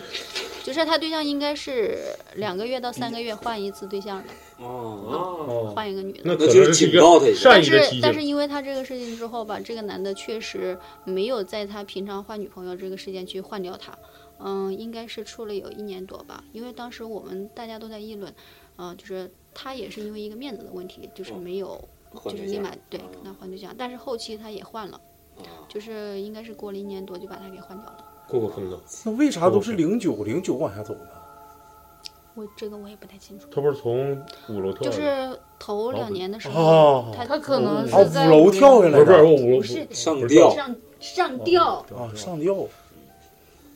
S5: 就是他对象应该是两个月到三个月换一次对象的，
S9: 哦，
S6: 啊，
S7: 哦，
S5: 换一个女的。
S7: 那可
S9: 那就
S7: 能
S9: 是
S7: 是一
S9: 警
S7: 个
S9: 告他一下，
S7: 善
S5: 但
S7: 意的
S5: 是
S7: 提
S5: 但是
S7: 醒。
S5: 因为他这个事情之后吧，这个男的确实没有在他平常换女朋友这个时间去换掉她，嗯，应该是处了有一年多吧，因为当时我们大家都在议论，嗯、就是他也是因为一个面子的问题，就是
S9: 哦
S5: 没有。
S9: 换
S5: 就是
S9: 对
S5: 立
S9: 象
S5: 马对跟他换对象，但是后期他也换了，
S9: 啊，
S5: 就是应该是过了一年多就把他给换掉了。
S7: 过过风头，
S3: 那为啥都是零九零九往下走呢？
S5: 我这个我也不太清楚，
S7: 他不是从五楼跳
S5: 就
S7: 下来的，
S5: 是头两年的时
S3: 哦
S5: 候，他
S4: 他可能
S3: 哦
S4: 是，在
S3: 五楼跳下来
S7: 不是不是
S3: 的，
S7: 我五楼
S5: 不是
S9: 上
S7: 不是
S9: 吊，
S5: 上上吊，
S3: 啊，上吊。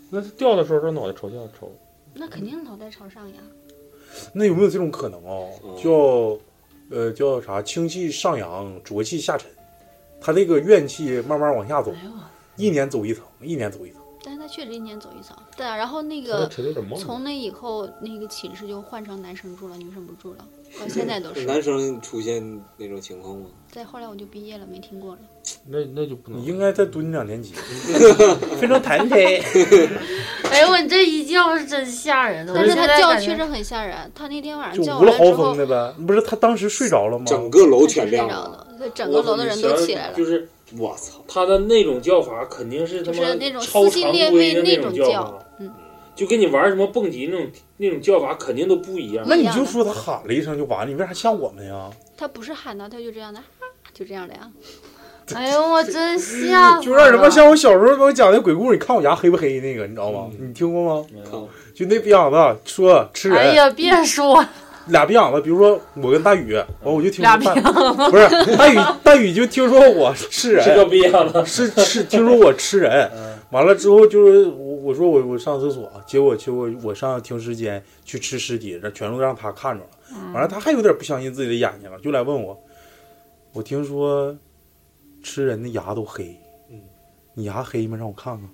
S7: 那他掉的时候，他脑袋朝下朝，
S5: 那肯定脑袋朝上呀。
S3: 那有没有这种可能啊、
S9: 嗯
S3: 叫呃叫啥？清气上扬，浊气下沉，他那个怨气慢慢往下走，
S5: 哎呦，
S3: 一年走一层，一年走一层。
S5: 但是他确实一年走一层。对啊，然后那
S7: 他
S5: 个
S7: 沉的有点慢。
S5: 从那以后，那个寝室就换成男生住了，女生不住了，到现在都是。
S9: 男生出现那种情况吗？
S5: 再后来我就毕业了，没听过了。
S3: 嗯
S7: 那那就不能。
S3: 你应该再蹲两年级，非常忐忑。
S4: 哎呦，我这一叫是真吓人的。
S5: 但是
S4: 我现
S5: 他
S4: 在
S5: 叫
S4: 感觉
S5: 确实很吓人，他那天 晚
S3: 就
S5: 上叫
S3: 无了
S5: 完之
S3: 豪
S5: 后
S3: 风，的呗。不是他当时睡着了吗？
S1: 整个楼
S5: 他
S1: 全
S5: 全
S6: 啊
S1: 亮了。
S5: 了，对，整个楼的人都起来了
S6: 就。是
S1: 我操！
S6: 他的那种叫法肯定是他
S5: 就
S6: 妈
S5: 是那种
S6: 超
S5: 撕心
S6: 常
S5: 裂
S6: 规
S5: 肺
S6: 的
S5: 那
S6: 种
S5: 种叫
S6: 法，
S5: 嗯，
S6: 就跟你玩什么蹦极那种那种叫法肯定都不一样。
S3: 那你
S5: 一样
S3: 就
S5: 的
S3: 说他喊了一声就完了，你为啥像我们呀？
S5: 他不是喊到，他就这样的，啊就这样的呀。
S4: 哎呦，我真吓死 了！
S3: 就有点什么像我小时候给我讲那鬼故事，你看我牙黑不黑那个，你知道吗？
S4: 嗯
S3: 你听过吗？
S9: 嗯
S1: 看
S3: 就那逼养子啊说吃人，
S4: 哎呀，别说了，
S3: 俩逼养子，比如说我跟大宇，完我就听
S4: 俩
S3: 说
S4: 逼
S3: 大不是大宇，大宇就听说我吃人，
S6: 这个不一样的，
S3: 是是，听说我吃人，完了之后就是我我说我我上厕所，结果结果我上停尸间去吃尸体，这全都让他看着
S5: 嗯
S3: 了。完了他还有点不相信自己的眼睛了，就来问我，我听说吃人的牙都黑，你牙黑吗？让我看看。嗯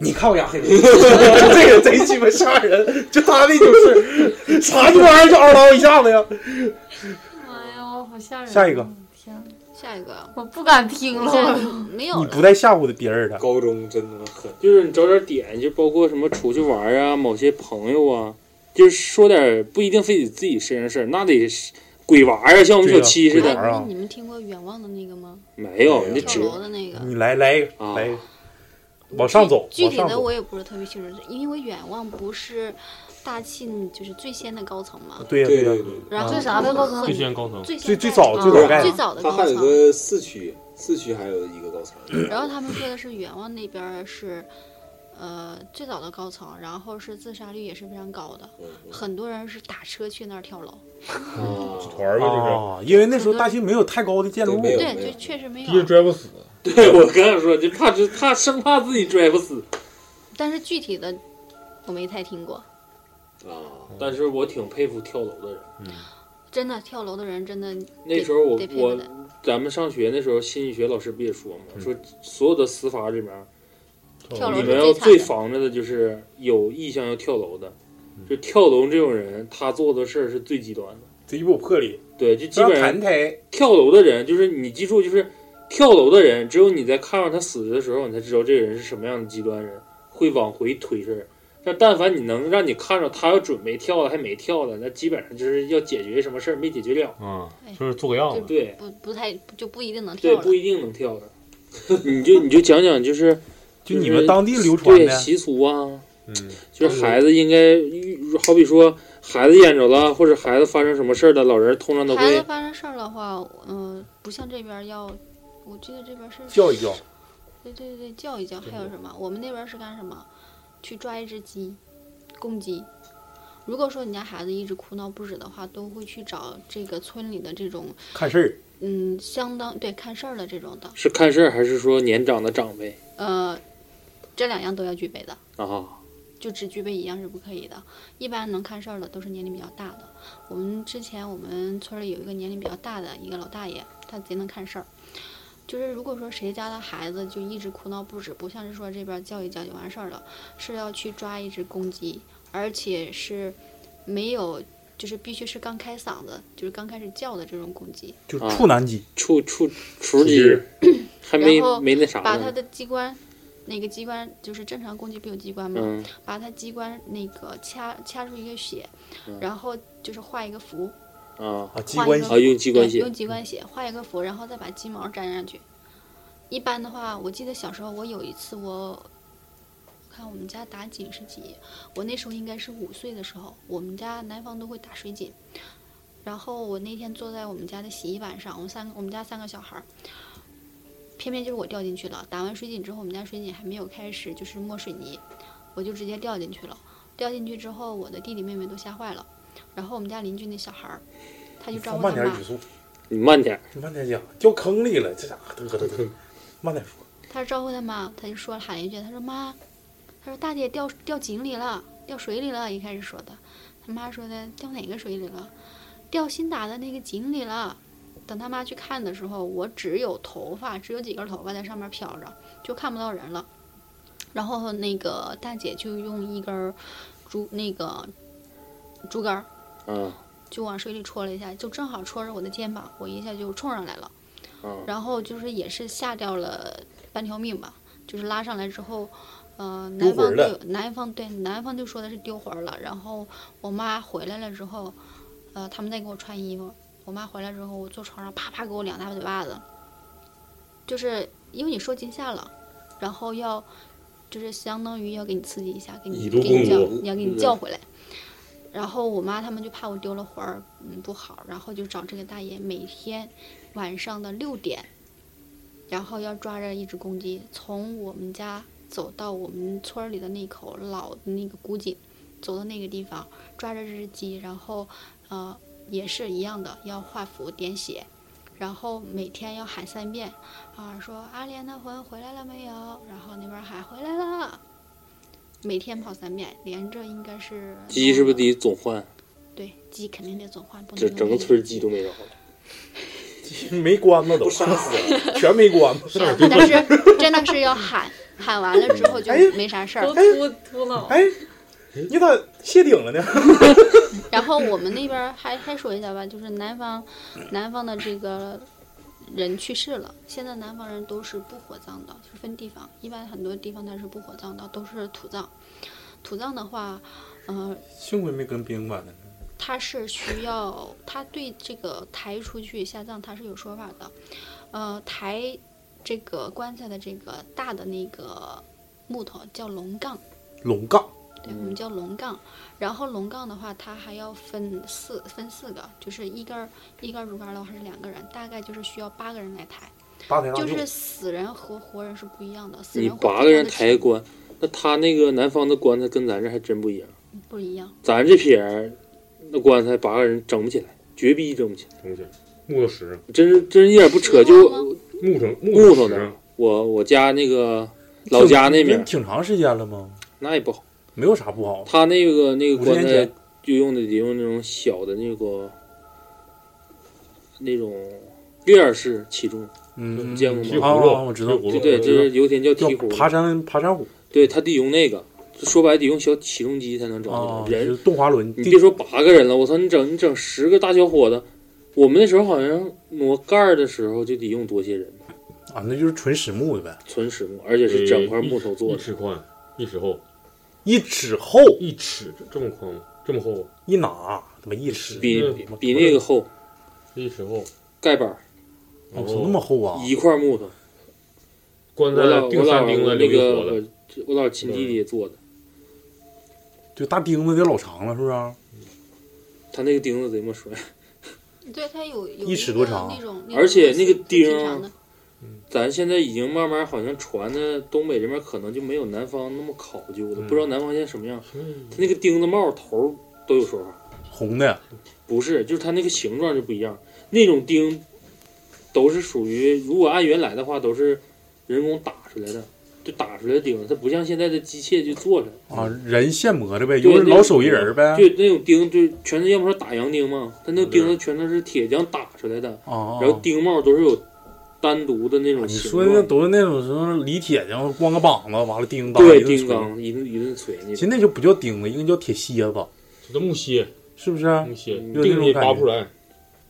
S3: 你看我 牙黑吗？这个贼鸡巴吓人，就他那就是 啥鸡巴玩意儿就嗷嗷一下子呀。
S4: 哎呦，好吓人！
S3: 下一个，
S4: 嗯天哪，
S5: 下 一个，啊
S4: 我不敢听
S5: 下一
S4: 了。
S5: 个没有
S3: 你
S5: 了。
S3: 不带吓唬的别人的，
S1: 高中真他妈狠，
S6: 就是你找点点，就包括什么出去玩啊，某些朋友啊，就是说点不一定非得自己身上事儿，那得是鬼娃呀、像我们小七似
S3: 不
S5: 哎
S3: 对呀
S6: 的，
S3: 玩啊
S5: 那你们听过远望的那个吗？
S6: 没有，你
S5: 跳
S6: 只
S5: 楼的那个。
S3: 你来来一个
S6: 啊
S3: 来一个，往上走，
S5: 具
S3: 往
S5: 体
S3: 上
S5: 的
S3: 走
S5: 我也不是特别清楚，因为远望不是大庆就是最先的高层嘛，
S3: 啊对呀
S1: 对
S3: 呀
S1: 对，对，
S5: 然后
S4: 最啥的高层
S7: 最先高层，
S5: 最先
S3: 最最
S5: 盖的
S3: 早
S5: 啊
S3: 最
S5: 最
S6: 嗯
S3: 早盖的
S5: 早的
S1: 他
S5: 高
S1: 还有
S5: 层。
S1: 个四区，四区还有一个高层，
S5: 然后他们说的是远望那边儿是，呃，最早的高层，然后是自杀率也是非常高的，
S1: 嗯嗯
S5: 很多人是打车去那儿跳楼。
S7: 团儿呗，就是
S3: 啊，因为那时候大兴没有太高的建筑物，
S1: 对没有
S5: 对，就确实没
S7: 逼着
S5: 有，
S7: 拽不死。
S6: 对我刚想说，就怕就怕生怕自己拽不死。
S5: 但是具体的我没太听过。
S1: 啊，
S3: 嗯
S6: 但是我挺佩服跳楼的人。
S5: 真的跳楼的人真的
S3: 哦
S6: 那时候我
S5: 得佩服
S6: 我
S5: 的
S6: 咱们上学那时候，心理学老师不也说
S3: 嗯
S6: 嘛，说所有的死法里面，
S5: 跳楼
S6: 你
S5: 是
S6: 们要
S5: 最
S6: 最
S5: 惨的。
S6: 防着的就是有意向要跳楼的。
S3: 嗯
S6: 就跳楼这种人，他做的事儿是最极端的。
S3: 贼鸡巴有魄力，
S6: 对，就基本上
S3: 弹台
S6: 跳楼的人，就是你记住，就是跳楼的人，只有你在看到他死的时候，你才知道这个人是什么样的极端人，会往回推事儿。但但凡你能让你看着他要准备跳了还没跳了，那基本上就是要解决什么事儿没解决了。
S7: 嗯
S5: 哎，
S7: 就是做个样子。
S6: 对
S5: 不不太就不一定能跳
S6: 对，
S5: 了
S6: 不一定能跳的。你就你就讲讲，就是
S3: 就
S6: 就是
S3: 你们当地流传
S6: 对
S3: 的，
S6: 习俗啊，
S7: 嗯，
S6: 就是孩子应该，好比说孩子淹着了，或者孩子发生什么事儿了，老人通常都
S5: 孩子
S6: 会
S5: 发生事儿的话，嗯、不像这边儿要，我记得这边儿是
S3: 叫一叫，
S5: 对对对，叫一叫。还有什么？我们那边儿是干什么？去抓一只鸡，公鸡。如果说你家孩子一直哭闹不止的话，都会去找这个村里的这种，
S3: 看事儿，
S5: 嗯，相当对看事儿的这种的，
S6: 是看事儿，还是说年长的长辈
S5: 呃，这两样都要具备的，
S6: 啊？
S5: 就只具备一样是不可以的。一般能看事儿的都是年龄比较大的。我们之前我们村儿里有一个年龄比较大的一个老大爷，他贼能看事儿。就是如果说谁家的孩子就一直哭闹不止，不像是说这边叫一叫就完事儿了，是要去抓一只公鸡，而且是没有，就是必须是刚开嗓子，就是刚开始叫的这种公鸡，
S3: 就是
S6: 啊
S3: 处男鸡，
S6: 处处雏鸡
S7: 鸡
S6: 还没
S5: 然后
S6: 没那啥
S5: 把它
S6: 呢。
S5: 的机关，那个机关就是正常公鸡不有机关吗？
S6: 嗯，
S5: 把它机关那个掐掐出一个血
S6: 嗯，
S5: 然后就是画一个符，
S6: 啊
S3: 啊，机关
S5: 换一
S6: 啊，
S5: 个
S6: 用机关
S5: 对，
S6: 血
S5: 用鸡冠血画一个符，然后再把鸡毛粘上去。一般的话，我记得小时候我有一次我，我看我们家打井是几，我那时候应该是五岁的时候，我们家南方都会打水井。然后我那天坐在我们家的洗衣板上，我们三个我们家三个小孩儿，偏偏就是我掉进去了。打完水井之后，我们家水井还没有开始就是抹水泥，我就直接掉进去了。掉进去之后，我的弟弟妹妹都吓坏了。然后我们家邻居那小孩儿，他就找
S3: 放
S5: 我
S3: 慢
S5: 他
S3: 点
S5: 妈
S3: 语，速，
S6: 你慢点儿。
S3: 慢点讲，掉坑里了，这家伙嘚 嘚嘚，慢点说，
S5: 他招呼他妈，他就说喊了一句，他说妈，他说大姐掉掉井里了，掉水里了。一开始说的，他妈说的掉哪个水里了？掉新打的那个井里了。等他妈去看的时候，我只有头发，只有几根头发在上面飘着，就看不到人了。然后那个大姐就用一根儿竹那个竹竿儿
S6: 嗯
S5: 就往水里戳了一下，就正好戳着我的肩膀，我一下就冲上来了。
S6: 嗯
S5: 然后就是也是吓掉了半条命吧，就是拉上来之后，呃，
S3: 丢
S5: 南
S3: 魂
S5: 方
S3: 儿了
S5: 对南方对南方就说的是丢魂儿了。然后我妈回来了之后，呃，他们在给我穿衣服。我妈回来之后，我坐床上啪啪给我两大嘴巴子，就是因为你受惊吓了，然后要就是相当于要给你刺激一下，给你
S12: 以毒
S5: 给
S12: 攻
S5: 你叫
S12: 毒，
S5: 你要给你
S12: 嗯
S5: 叫回来。然后我妈他们就怕我丢了魂儿，嗯不好，然后就找这个大爷每天晚上的六点，然后要抓着一只公鸡，从我们家走到我们村儿里的那口老的那个古井，走到那个地方，抓着这只鸡，然后呃也是一样的，要画符点血，然后每天要喊三遍啊，说阿莲的魂回来了没有？然后那边喊回来了。每天跑三遍，连着应该是
S6: 鸡是不是得总换？
S5: 对，鸡肯定得总换，不能
S6: 这
S5: 用
S6: 整个
S5: 一
S6: 村儿鸡都没着了。
S3: 没关子都杀
S6: 啊
S3: 死了，全没关子。
S5: 没有，但是真的是要喊，喊完了之后就
S3: 哎
S5: 没啥事儿
S4: 都。秃秃脑。
S3: 哎，你咋谢顶了呢？
S5: 然后我们那边儿还还说一下吧，就是南方，南方的这个人去世了，现在南方人都是不火葬的，就是分地方，一般很多地方它是不火葬的，都是土葬。土葬的话，呃，
S3: 幸亏没跟兵管呢。
S5: 它是需要，它对这个抬出去下葬它是有说法的，呃，抬这个棺材的这个大的那个木头叫龙杠。
S3: 龙杠，
S5: 对，
S6: 嗯
S5: 我们叫龙杠。然后龙杠的话，它还要分四分四个，就是一根儿一根儿竹竿儿的话是两个人，大概就是需要八个人来抬。
S3: 八抬大
S5: 就
S3: 舅
S5: 是死人和活人是不一样的，死
S6: 你
S5: 人活
S6: 八个人
S5: 的
S6: 抬棺，那他那个南方的棺材跟咱这还真不一样。
S5: 不一样。
S6: 咱这撇儿，那棺材八个人整不起来，绝逼整不起来。
S7: 东西，木头石，
S6: 真是真一点不扯，
S5: 石头
S6: 就
S7: 木头
S6: 木
S7: 木
S6: 头
S7: 头
S6: 的
S7: 石，
S6: 我我家那个老家那边儿，
S3: 挺长时间了吗？
S6: 那也不好。
S3: 没有啥不好的，
S6: 他那个那个
S3: 50
S6: 棺
S3: 年
S6: 材
S3: 前
S6: 就用的得用那种小的那个那种月儿式起重，
S3: 嗯，
S6: 见过
S7: 提
S6: 吗
S7: 葫
S3: 啊
S7: 芦，
S3: 我知道
S7: 提葫芦
S6: 对对，这是有点叫
S3: 叫
S6: 提壶，
S3: 爬山爬山虎
S6: 对他得用那个，说白了得用小起重机才能整
S3: 啊，
S6: 起来。
S3: 是
S6: 人
S3: 动滑轮。
S6: 哦你别说八个人了，我操，你整你整十个大小伙子，我们那时候好像挪盖儿的时候就得用多些人，
S3: 啊，那就是纯实木的呗，
S6: 纯实木，而且是整块木头做
S7: 一
S6: 的。
S7: 尺宽，一尺厚，
S3: 一尺厚
S7: 一尺这么宽吗？这么厚？
S3: 一拿，他妈一尺，
S6: 比
S7: 嗯
S6: 比那个厚，
S7: 一尺厚，
S6: 盖板儿
S3: 我
S7: 然
S3: 操
S7: 后
S3: 那么厚啊！
S6: 一块木头。
S7: 棺
S6: 我老
S7: 材
S6: 我
S7: 钉
S6: 老
S7: 三钉
S6: 我
S7: 子，
S6: 那
S7: 留一活的
S6: 个，我老亲弟弟做的，
S3: 就大钉子得老长了，是不是啊？
S6: 他那个钉子贼么摔，
S5: 对，它有有
S3: 一尺多
S5: 个
S3: 长啊
S5: 那种，
S6: 而且那
S5: 那
S6: 个
S5: 种
S6: 钉
S5: 挺
S6: 儿啊
S5: 长的
S6: 咱现在已经慢慢好像传的东北这边可能就没有南方那么考究了，
S3: 嗯
S6: 不知道南方现在什么样。他那个钉子帽头儿都有说法，
S3: 红的，啊
S6: 不是，就是它那个形状就不一样。那种钉都是属于，如果按原来的话，都是人工打出来的，就打出来的钉子，它不像现在的机械就做出来的。
S3: 啊，人现磨的呗，
S6: 嗯对
S3: 就是
S6: 那
S3: 老手艺人呗。
S6: 就那种钉，就全都要不说打洋钉嘛，它
S3: 嗯
S6: 那个钉子全都是铁匠打出来的，
S3: 啊，啊
S6: 然后钉帽都是有单独的那
S3: 啊
S6: 种
S3: 你
S6: 形
S3: 说
S6: 状。
S3: 那都是那种什么李铁匠光个膀子，完了叮当
S6: 对
S3: 一顿
S6: 钉
S3: 锤
S6: 钢一顿一顿锤那种。
S3: 其实那就不叫钉子，应该叫铁楔子，
S7: 就这木楔，
S3: 是不是啊？
S7: 木楔
S6: 嗯，
S7: 钉子也拔不出来。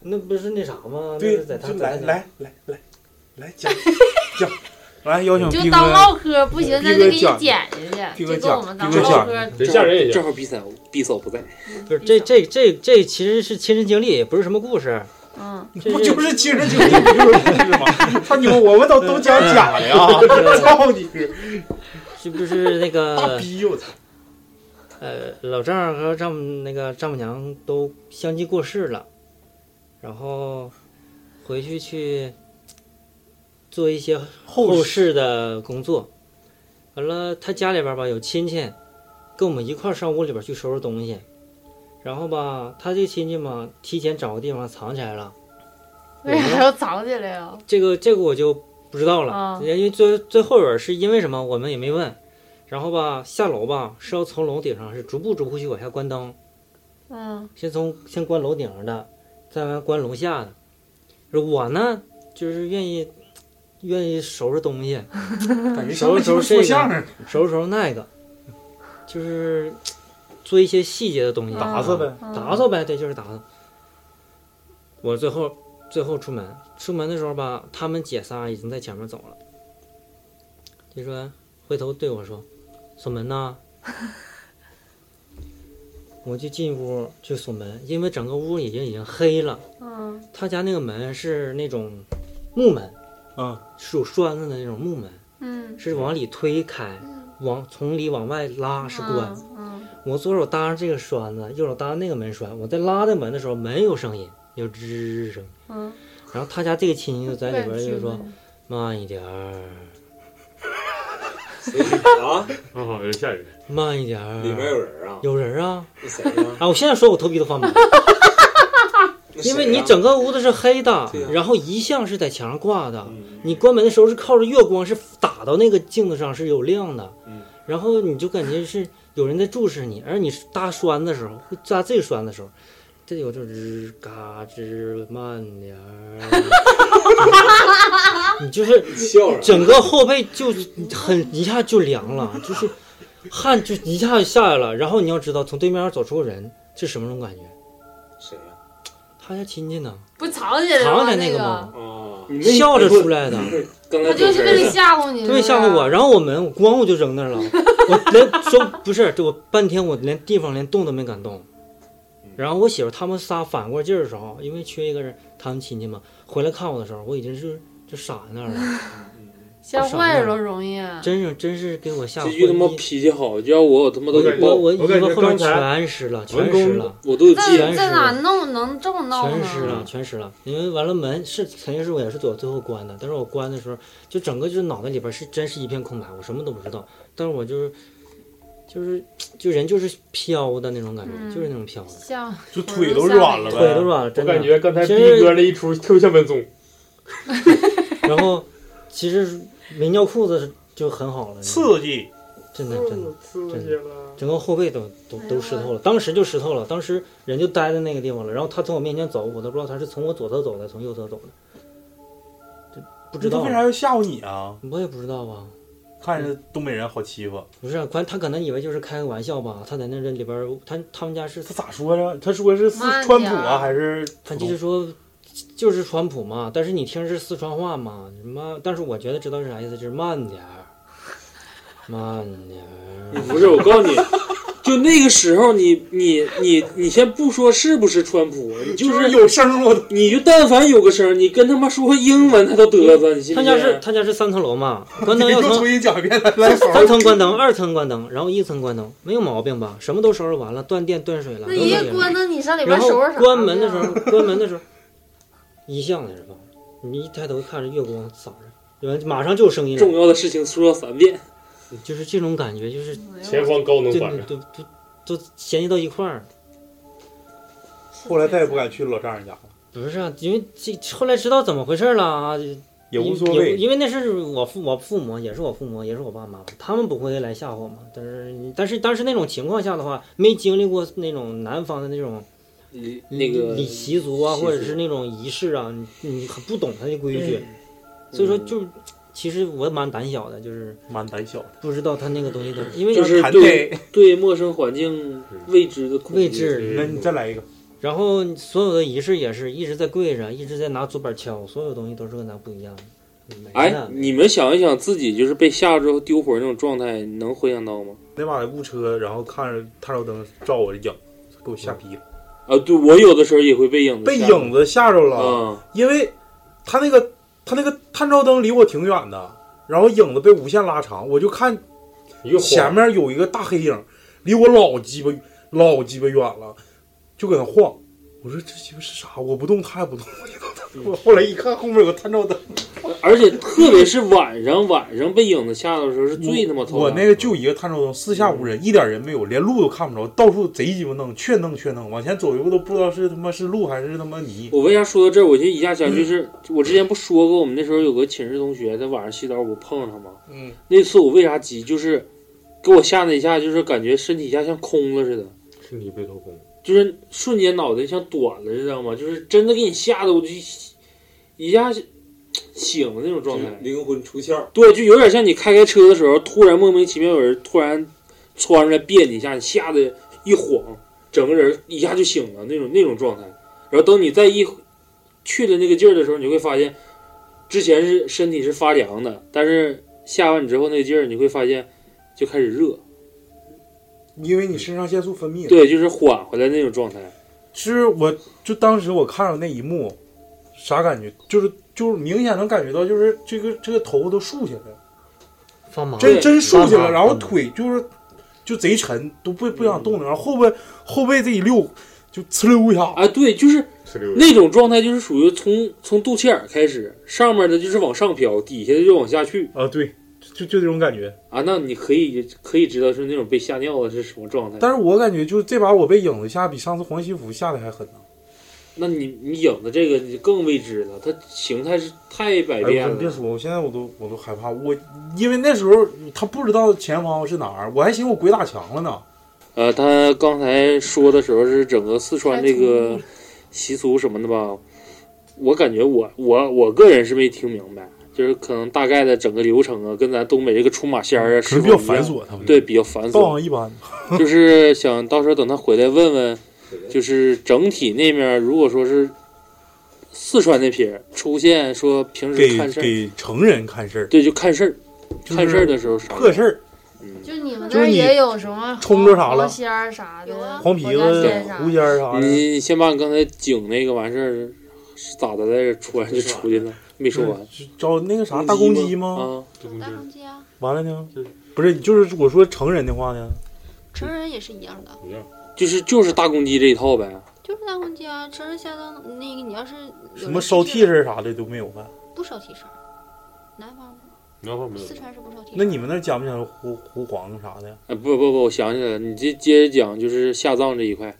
S8: 那不是那啥吗？那
S3: 对，
S8: 是在他
S3: 就来
S8: 在
S3: 来来来来讲讲，来邀请
S4: 就
S3: 斌
S4: 当
S3: 哥，
S4: 唠嗑，不行，
S3: 逼
S4: 咱
S3: 哥
S4: 就给你
S3: 讲
S4: 剪下去，
S3: 逼哥
S4: 就跟我
S3: 讲
S4: 们当
S3: 逼哥
S4: 唠
S3: 讲
S4: 嗑。
S7: 人吓人也
S6: 正
S7: 行。
S6: 好比嫂比嫂不在，
S8: 不是这这这这其实是亲身经历，也不是什么故事。
S4: 嗯，
S8: 这
S3: 不就是亲人经历，不就是故事吗？操你妈，我们都都讲假的呀！操你个
S8: 是不是那
S3: 大
S8: 个
S3: 逼！我操！
S8: 呃，老丈人和丈母那个丈母娘都相继过世了，然后回去去做一些后事的工作。完了，他家里边吧有亲戚，跟我们一块儿上屋里边去收拾东西，然后吧，他这个亲戚嘛，提前找个地方藏起来了。
S4: 嗯为啥要藏起来呀？
S8: 这个这个我就不知道了，
S4: 啊
S8: 因为最最后边是因为什么我们也没问。然后吧，下楼吧是要从楼顶上是逐步逐步去往下关灯，
S4: 嗯，
S8: 先从先关楼顶上的，再完关楼下的。而我呢，就是愿意愿意收拾东 西，嗯
S3: 感觉像是说相声，啊
S8: 收拾收拾那个，就是做一些细节的东西，
S4: 打
S3: 打死
S4: 扫
S3: 呗，
S4: 嗯
S8: 打扫呗，对，就是打扫。我最后最后出门，出门的时候吧，他们姐仨已经在前面走了。就说回头对我说：“锁门呐。 我就进屋就锁门，因为整个屋已经已经黑了。
S4: 嗯
S8: 他家那个门是那种木门，
S3: 啊，
S8: 是有栓子的那种木门，
S4: 嗯
S8: 是往里推开，往从里往外拉是关。
S4: 嗯
S8: 我左手搭上这个栓子，右手搭上那个门栓。我在拉的门的时候，门有声音，有吱吱声。
S4: 嗯，
S8: 然后他家这个亲戚就在里边就说
S4: 怪不得：“
S8: 慢一点儿，
S13: 所以啊，
S7: 嗯，好，有点吓人。
S8: 慢一点儿。”
S13: 里面有人啊，
S8: 有人啊！
S13: 那谁呀？
S8: 啊，我现在说我头皮都发 麻，
S13: 啊那谁呀
S8: 因为
S6: 啊
S8: 你整个屋子是黑的
S13: 对呀，啊
S8: 然后一向是在墙上挂的，
S13: 嗯
S8: 你关门的时候是靠着月光是打到那个镜子上是有亮的，
S13: 嗯
S8: 然后你就感觉是有人在注视你，而你搭栓的时候，会扎这个栓的时候，这有种吱嘎吱慢点儿， 你就是
S13: 笑了，
S8: 整个后背就是很一下就凉了，就是汗就一下就下来了。然后你要知道，从对面走出个人是什么种感觉？
S13: 谁
S6: 啊
S13: 呀？
S8: 他家亲戚呢，
S4: 不藏起来
S8: 藏
S4: 吗
S8: 起来那
S4: 那
S8: 个吗？
S13: 啊，
S6: 哦你没
S8: 笑着出，来的。
S6: 刚才
S4: 他就是为了吓唬你，
S8: 对，吓唬我，
S4: 是
S8: 然后我门我咣我就扔那儿了，我连说不是，这我半天我连地方连动都没敢动。然后我媳妇他们仨反过劲儿的时候，因为缺一个人，他们亲戚嘛，回来看我的时候，我已经是就傻在那儿了，
S4: 不是吓坏了容易。啊
S8: 真是真是给我吓
S6: 这
S8: 昏
S6: 鱼他妈
S8: 一
S6: 脾气好，要我我他妈都得
S8: 我
S6: 爆，
S8: 我衣
S7: 我感觉
S8: 服后面
S7: 刚才
S8: 全湿了，全
S7: 文
S8: 湿
S7: 工
S8: 了，
S6: 我都有记
S4: 在
S8: 全是
S4: 在哪弄能这么闹
S8: 啊全啊
S4: 呢？
S8: 湿了，全湿了。因为完了门是肯定是我也是我最后关的，但是我关的时候就整个就是脑袋里边是真是一片空白，我什么都不知道。但是我就是就是就人就是飘的那种感觉，
S4: 嗯
S8: 就是那种飘的，
S4: 吓，
S3: 就腿都软了呗，
S8: 腿都软了，
S7: 我
S8: 真的。
S7: 感觉刚才
S8: 其
S7: 逼
S8: 实
S7: 哥那一出特别像文综，
S8: 然后其实没尿裤子就很好了，
S3: 刺激。
S8: 真的真的。
S7: 刺
S8: 激
S7: 了。
S8: 整个后背都都都湿透了，当时就湿透了，当时人就待在那个地方了。然后他从我面前走，我都不知道他是从我左侧走的，从右侧走的，这不知
S3: 他
S8: 道
S3: 为啥要吓唬你啊？
S8: 我也不知道啊，
S3: 看着东北人好欺负，
S8: 不是、啊，关他可能以为就是开个玩笑吧，他在那里边儿，他他们家是
S3: 他咋说呀？他说是四川普啊，还是
S8: 他就是说就是川普嘛，但是你听是四川话嘛，什么？但是我觉得知道是啥意思，就是慢点儿， 慢点
S6: 你
S8: 儿，
S6: 不是，我告诉你，就那个时候你，你你你先不说是不是川普，你就
S3: 就
S6: 是
S3: 是有声我
S6: 你就但凡有个声儿，你跟他妈说英文，他都嘚瑟，你信不
S8: 他
S6: 信？啊
S8: 家是他家是三层楼 嘛，关灯
S3: 你
S8: 要
S3: 又重
S8: 从
S3: 新讲一遍来来手。
S8: 三层关灯，二层关灯，然后一层关灯，没有毛病吧？什么都收拾完了，断电断水了，
S4: 那
S8: 都
S4: 一
S8: 解决
S4: 夜
S8: 了
S4: 关灯，你上里边
S8: 然后
S4: 收拾啥？啊
S8: 关门的时候，，关门的时候，一向的人吧，你一抬头看着月光洒着，然后马上就有声音
S6: 重
S8: 了，
S6: 要的事情说三遍，
S8: 就是这种感觉，就是
S7: 前方高能
S8: 就
S7: 反
S8: 都都都衔接到一块儿。
S3: 后来再也不敢去老丈人家了，
S8: 不是啊，因为这后来知道怎么回事了啊，
S3: 也无所
S8: 因为
S3: 谓。
S8: 因为那是我父我父母，也是我父母，也是我爸妈，他们不会来吓唬我嘛。但是但是但是那种情况下的话，没经历过那种南方的那种
S6: 你那个
S8: 礼习俗啊，
S6: 习俗
S8: 或者是那种仪式啊，你你很不懂它的
S3: 嗯
S8: 规矩，所
S6: 嗯
S8: 以说就其实我蛮胆小的，就是
S3: 蛮胆小的，
S8: 不知道它那个东西的，因为
S6: 就是
S3: 谈
S6: 对
S3: 对。
S6: 对陌生环境
S3: 嗯
S6: 未知的恐惧
S8: 位置，
S3: 那你再来一个，
S8: 然后所有的仪式也是一直在跪着，一直在拿竹板敲，所有东西都是跟咱不一样的。没
S6: 哎
S8: 呢，
S6: 你们想一想自己就是被吓之后丢魂那种状态，你能回想到吗？
S3: 那把雾车，然后看着探照灯照我的影，给我吓逼了，
S6: 啊，对我有的时候也会被影子
S3: 被
S6: 吓
S3: 影子吓着了。
S6: 啊，
S3: 因为他那个他那个探照灯离我挺远的，然后影子被无限拉长，我就看
S7: 一个
S3: 前
S7: 晃，
S3: 面有一个大黑影，离我老鸡巴老鸡巴远了，就搁那晃。我说这鸡巴是啥？我不动，他也不动。我 后来一看，后面有个探照灯。
S6: 而且特别是晚上，晚上被影子吓到的时候是最他妈头
S3: 我
S6: 大
S3: 那个就一个探照灯，四下无人，一点人没有，连路都看不着，到处贼鸡巴弄，却弄却弄，往前走一步都不知道是他妈是路还是他妈泥。
S6: 我为啥说到这儿，我就一下想，就是我之前不说过，我们那时候有个寝室同学，他晚上洗澡，我碰上他吗？
S3: 嗯，
S6: 那次我为啥急，就是给我吓那一下，就是感觉身体一下像空了似的，
S7: 身体被掏空，
S6: 就是瞬间脑袋像短了，知道吗？就是真的给你吓得我就一一下醒的那种状态。
S13: 灵魂出窍，
S6: 对，就有点像你开开车的时候，突然莫名其妙有人突然窜出来别你一下，你吓得一晃，整个人一下就醒了那种那种状态。然后等你再一去了那个劲儿的时候，你会发现之前是身体是发凉的，但是吓完你之后那个劲儿，你会发现就开始热，
S3: 因为你肾上腺素分泌了。
S6: 对，就是缓回来那种状态。
S3: 其实我就当时我看了那一幕，啥感觉？就是就是明显能感觉到，就是这个这个头都竖起来了，
S8: 发麻，
S3: 真
S6: 对
S3: 真竖起来了，
S7: 慢慢
S3: 然后腿就是就贼沉，都不不想动
S6: 嗯
S3: 了，然后后背后背这一溜就呲溜一下，
S6: 啊，对，就是
S7: 呲溜一下
S6: 那种状态，就是属于从从肚脐眼儿开始，上面的就是往上飘，底下的就往下去
S3: 啊，对，就就这种感觉。
S6: 啊。那你可以可以知道是那种被吓尿了是什么状态。
S3: 但是我感觉就是这把我被影子吓比上次黄西服吓得还狠呢。啊
S6: 那你你影子这个你更未知了，它形态是太百
S3: 哎，
S6: 变
S3: 我别
S6: 了。
S3: 说，我现在我都我都害怕。我因为那时候他不知道前方是哪儿，我还寻思我鬼打墙了呢。
S6: 呃，他刚才说的时候是整个四川这个习俗什么的吧，我感觉我我我个人是没听明白，就是可能大概的整个流程啊，跟咱东北这个出马仙儿啊
S3: 可是
S6: 是
S3: 比较繁，琐，他们
S6: 对，比较繁
S3: 道
S6: 琐，
S3: 行一般。
S6: 就是想到时候等他回来问问，就是整体那面如果说是四川那撇儿出现说平时
S3: 给
S6: 看事儿，
S3: 给成人看事儿，
S6: 对，就看事儿，
S3: 就是
S6: 看事儿的时候啥
S3: 破事儿，
S6: 嗯
S4: 就你们
S3: 就是
S4: 那儿
S3: 你
S4: 也有什么
S3: 冲着啥了
S4: 黄仙儿啥
S5: 有
S4: 的
S5: 啊，
S3: 黄皮
S4: 国家
S3: 子
S4: 仙啥、
S3: 狐仙儿啥的。
S6: 你先把你刚才井那个完事儿是咋的来着？出完就出去了，没说完。
S3: 找那个啥大公鸡吗？
S6: 啊，
S7: 这东
S5: 大
S7: 西
S5: 公鸡啊，
S3: 完了呢
S7: 就是，
S3: 不是，就是我说成人的话呢，
S5: 成人也是一样的，
S7: 不一样。
S6: 就是就是大公鸡这一套呗。
S5: 就是大公鸡啊。成人下葬那个，你要是有
S3: 什
S5: 人
S3: 么烧
S5: 去
S3: 替身啥的都没有呗。
S5: 不烧替身，南方
S7: 南
S6: 嗯
S7: 方没有
S5: 四，川是不烧替身。
S3: 那你们那儿讲不讲胡胡黄啥的？
S6: 啊，不不不，我想起来了，你这接着讲就是下葬这一块。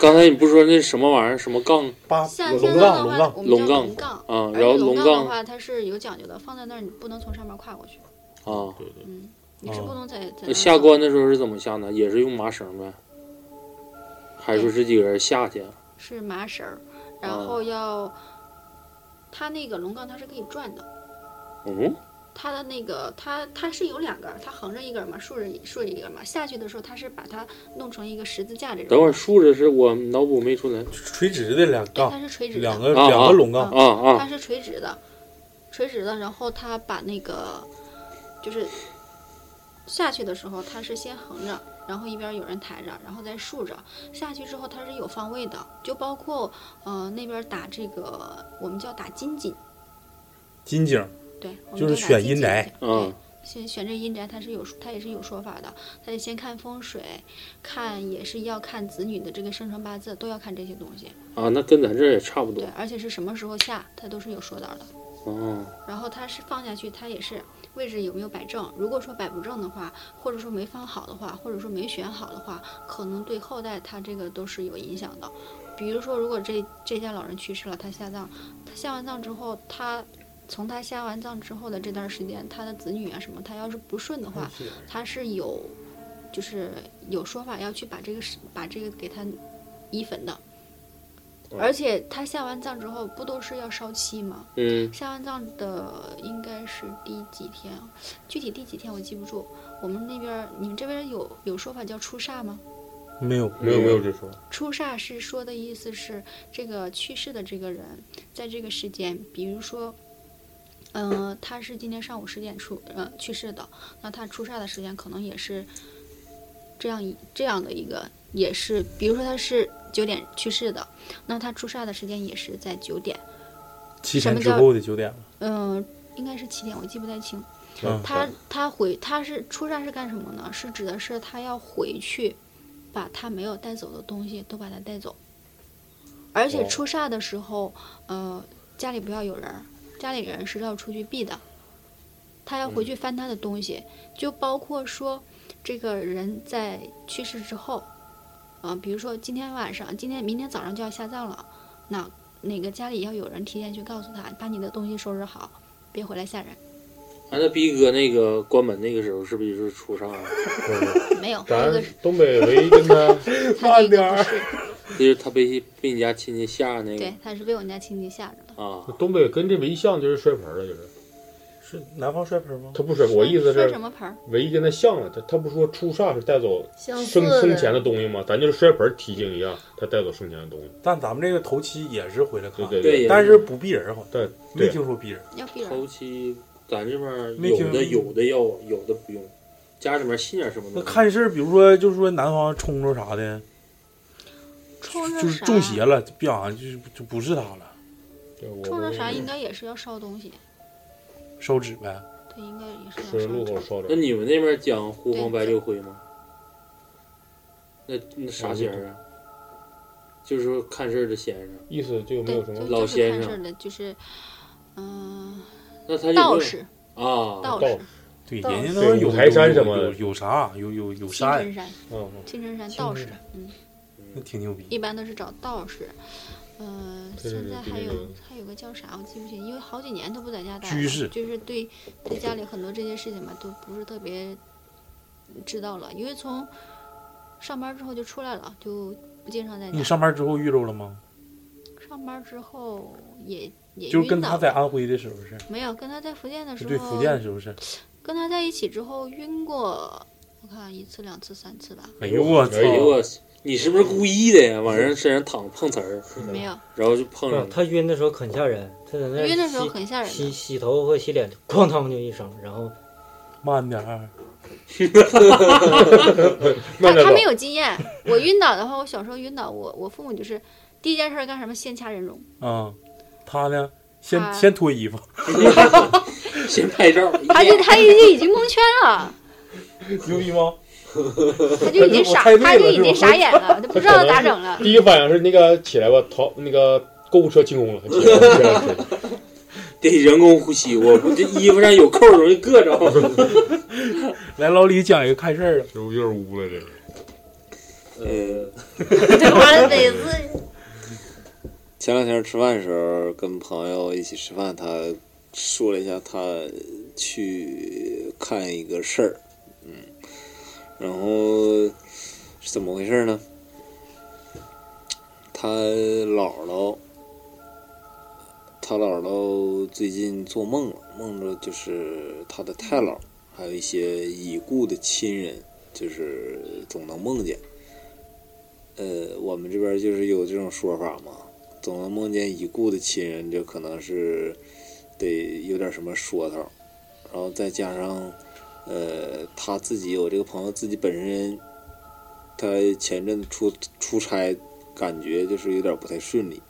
S6: 刚才你不是说那什么玩意儿，什么杠
S3: 八
S5: 下
S3: 龙
S5: 下
S3: 杠
S5: 葬
S3: 龙
S5: 的话
S3: 杠，，
S5: 我
S6: 龙杠啊？
S5: 们叫龙哎杠。而
S6: 然后
S5: 且
S6: 龙
S5: 龙的
S6: 杠
S5: 话，它是有讲究的，放在那儿你不能从上面跨过去，
S6: 啊，
S7: 对对，
S5: 嗯，你是
S3: 哦
S5: 不能在在那
S6: 那
S5: 儿
S6: 下
S5: 放
S6: 关的时候是怎么下呢？也是用麻绳呗，还是说是几个人下去？啊
S5: 是麻绳儿，然
S6: 哦
S5: 后要，它那个龙杠它是可以转的，
S6: 嗯，
S5: 它的那个它它是有两根儿，它横着一根儿嘛，竖着一竖着一根儿嘛。下去的时候它是把它弄成一个十字架这种。
S6: 等会儿竖着是我脑补没出来
S3: 垂直的两
S5: 对，
S3: 杠，
S5: 它是垂直的，
S3: 哦两个
S6: 啊
S3: 两个龙杠
S5: 啊。
S6: 啊啊
S3: 嗯
S5: 它是垂直的，垂直的。然后它把那个就是下去的时候，它是先横着，然后一边有人抬着，然后再竖着。下去之后它是有方位的，就包括呃那边打这个我们叫打金井，
S3: 金井，
S5: 对，我们
S3: 就是
S5: 都打
S3: 选
S5: 金
S3: 阴
S5: 井
S3: 宅
S5: 去，
S6: 嗯
S5: 对。选选这阴宅，它是有它也是有说法的，它得先看风水，看也是要看子女的这个生辰八字，都要看这些东西。
S6: 啊，那跟咱这儿也差不多
S5: 对。，而且是什么时候下，它都是有说道的。
S6: 哦，
S5: 然后它是放下去，它也是位置有没有摆正。如果说摆不正的话，或者说没放好的话，或者说没选好的话，可能对后代它这个都是有影响的。比如说，如果这这家老人去世了，他下葬，他下完葬之后，他从他下完葬之后的这段时间，他的子女啊什么，他要是不顺的话，他是有，就是有说法要去把这个是把这个给他移坟的。而且他下完葬之后，不都是要烧漆吗？
S6: 嗯，
S5: 下完葬的应该是第几天啊？具体第几天我记不住。我们那边儿，你们这边儿有有说法叫出煞吗？
S3: 没有，
S7: 没有没有这说，
S5: 出煞是说的意思是这个去世的这个人，在这个时间，比如说，嗯、他是今天上午十点出呃去世的，那他出煞的时间可能也是这样一这样的一个，也是比如说他是九点去世的，那他出煞的时间也是在九点，
S3: 七
S5: 什
S3: 天
S5: 么
S3: 之
S5: 叫
S3: 后的九点了。
S5: 嗯、应该是七点，我记不太清。
S3: 嗯，
S5: 他他回他是出站是干什么呢？是指的是他要回去，把他没有带走的东西都把他带走，而且出煞的时候，呃，家里不要有人儿，家里人是要出去避的，他要回去翻他的东西，就包括说这个人在去世之后，啊、比如说今天晚上，今天明天早上就要下葬了，那那个家里要有人提前去告诉他，把你的东西收拾好，别回来吓人。
S6: 啊，那逼哥那个关门那个时候是不是就是出上了？
S5: 没有，这
S7: 咱
S5: 个是
S7: 东北唯一跟他
S5: 他这个不是。
S6: 就是他被被你家亲戚吓那
S5: 对
S6: 个，
S5: 他是被我们家亲戚吓着的。
S6: 啊，
S7: 东北跟这唯一像就是摔盆儿了，就是
S3: 是南方摔盆吗？
S7: 他不摔，我意思
S5: 摔
S7: 是
S5: 什么盆儿？
S7: 唯一跟他像了，他他不说出煞是带走
S4: 相似
S7: 生
S4: 的
S7: 生前的东西吗？咱就是摔盆儿提醒一下，他带走生前的东西，
S3: 但咱们这个头七也是回来
S7: 对
S3: 看，
S7: 对
S6: 对
S7: 对，
S6: 也
S3: 但是不避人好像
S7: 但
S3: 没
S7: 对
S3: 听说避人。
S5: 要避人。
S6: 头七咱这边儿
S3: 没
S6: 有
S3: 听
S6: 的有的要，有的不用。
S9: 家里面信点什么
S3: 那
S9: 的。
S3: 看事儿，比如说就是说男方冲着啥的，
S5: 冲着
S3: 就是
S5: 啥
S3: 中邪了，别想就是就不是他了，
S7: 对我
S5: 冲着啥
S7: 我
S5: 应该也是要烧东西，
S3: 烧纸呗。
S5: 对，应该也是
S7: 是
S5: 要
S7: 路
S5: 烧
S7: 口
S5: 东西。
S7: 烧着
S9: 那，你们那边讲胡黄白六灰吗？那那啥仙儿啊？就是说看事儿的先生，
S7: 意思就没
S5: 对，
S7: 有什么
S5: 就
S9: 老
S5: 就是
S9: 先
S5: 看
S9: 生
S5: 事儿的就是，嗯、
S9: 那他有没有
S5: 道士，
S9: 啊？
S5: 道
S7: 道
S5: 士
S7: 士，，
S3: 对，
S5: 道
S3: 人家
S5: 士
S3: 那边有
S7: 五台山什么的
S3: 有有有啥，有有有
S5: 青
S3: 山
S5: 城，山，
S7: 嗯，
S5: 青城山
S3: 青
S5: 道
S3: 城
S5: 士
S3: 山，
S5: 嗯，
S3: 那挺牛逼。
S5: 一般都是找道士。呃，
S7: 对对
S5: 现
S7: 对
S5: 在
S7: 对
S5: 还
S7: 对
S5: 有
S7: 对
S5: 还有个叫啥，我记不清，因为好几年都不在家待
S3: 居
S5: 了，
S3: 士
S5: 就是对对家里很多这些事情吧，都不是特别知道了，因为从上班之后就出来了，就不经常在
S3: 你
S5: 家。
S3: 上班之后遇着了吗？
S5: 上班之后也也
S3: 就是
S5: 晕
S3: 跟
S5: 倒
S3: 他在
S5: 了
S3: 安徽的时候是，
S5: 没有跟他在福建的时候，
S3: 对福建的时候是，
S5: 跟他在一起之后晕过，我看一次、两次、三次吧，
S3: 哎呦我
S7: 哎
S9: 哎呦
S3: 操！
S9: 我，你是不是故意的呀？往人身上躺碰瓷儿，
S5: 没有。
S9: 然后就碰上
S8: 不
S9: 了。
S8: 他晕的时候很吓人，他在那
S5: 晕的时候
S8: 洗
S5: 很吓人
S8: 洗
S5: 的，
S8: 洗头或洗脸，哐当就一声，然后
S3: 慢点儿，
S5: 他
S7: 慢点
S5: 他
S7: 走
S5: 没有经验。我晕倒的话，我小时候晕倒，我我父母就是第一件事儿干什么？先掐人中，
S3: 啊，他呢，先
S5: 他
S3: 先脱衣服，
S9: 先 拍照，哎
S5: 他就他已经已经蒙圈 了，
S7: 牛逼吗？
S5: 他就已经傻，
S7: 我猜
S5: 他
S7: 对了
S5: 就已经
S7: 是吧
S5: 傻眼了，他不知道咋整了。
S7: 第一反应是那个起来吧，逃那个购物车进攻了，起来吧起来吧起来吧
S9: 得人工呼吸，我不这衣服上有扣容易硌着。
S3: 来老李讲一个看事儿的，
S7: 这不就是污了这？
S9: 呃，
S5: 对， 完了每 次
S6: 前两天吃饭的时候，跟朋友一起吃饭，他说了一下他去看一个事儿，嗯，然后是怎么回事呢？他姥姥，他姥姥最近做梦了，梦着就是他的太姥，还有一些已故的亲人，就是总能梦见。呃，我们这边就是有这种说法嘛，总能梦见已故的亲人，这可能是得有点什么说头，然后再加上，呃，他自己有这个朋友自己本身，他前阵子出出差，感觉就是有点不太顺利，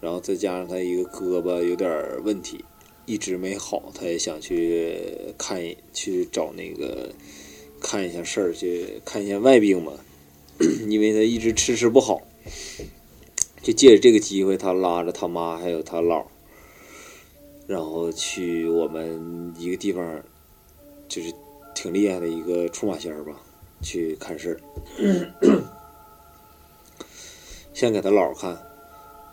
S6: 然后再加上他一个胳膊有点问题，一直没好，他也想去看一去找那个看一下事儿，去看一下外病嘛， 因为他一直迟迟不好。就借着这个机会，他拉着他妈还有他姥儿，然后去我们一个地方，就是挺厉害的一个出马仙儿吧，去看事儿。 先给他姥儿看，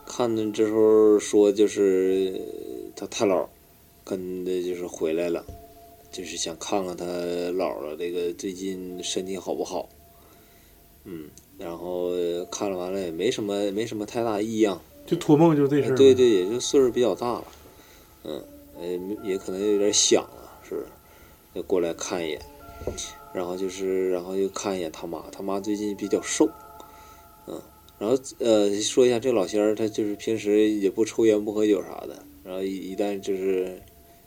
S6: 看的之后说就是呃他太姥儿跟的就是回来了，就是想看看他姥姥这个最近身体好不好。嗯，然后呃看了完了也没什么没什么太大异样，
S3: 就托梦就是这事儿。
S6: 呃哎对，对，也就岁数比较大了，嗯，呃，也可能有点想了，是不是？就过来看一眼，然后就是，然后又看一眼他妈，他妈最近比较瘦，嗯，然后呃，说一下这老仙儿，他就是平时也不抽烟不喝酒啥的，然后一一旦就是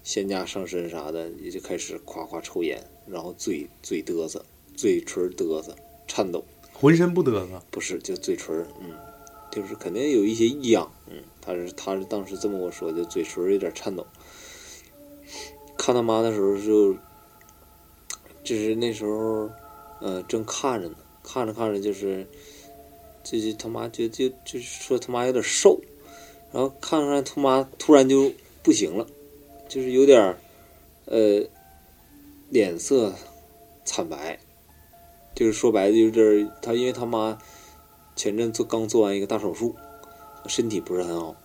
S6: 仙家上身啥的，也就开始夸夸抽烟，然后嘴嘴嘚瑟，嘴唇嘚瑟，颤抖。
S3: 浑身不得瑟，
S6: 不是，就嘴唇儿，嗯，就是肯定有一些异样，嗯，他是他是当时这么跟我说的，嘴唇儿有点颤抖。看他妈的时候就，就是那时候，呃，正看着呢，看着看着就是，就就他妈就就就是说他妈有点瘦，然后看着看着他妈突然就不行了，就是有点儿，呃，脸色惨白，就是说白了就是他因为他妈。前阵做刚做完一个大手术，身体不是很好，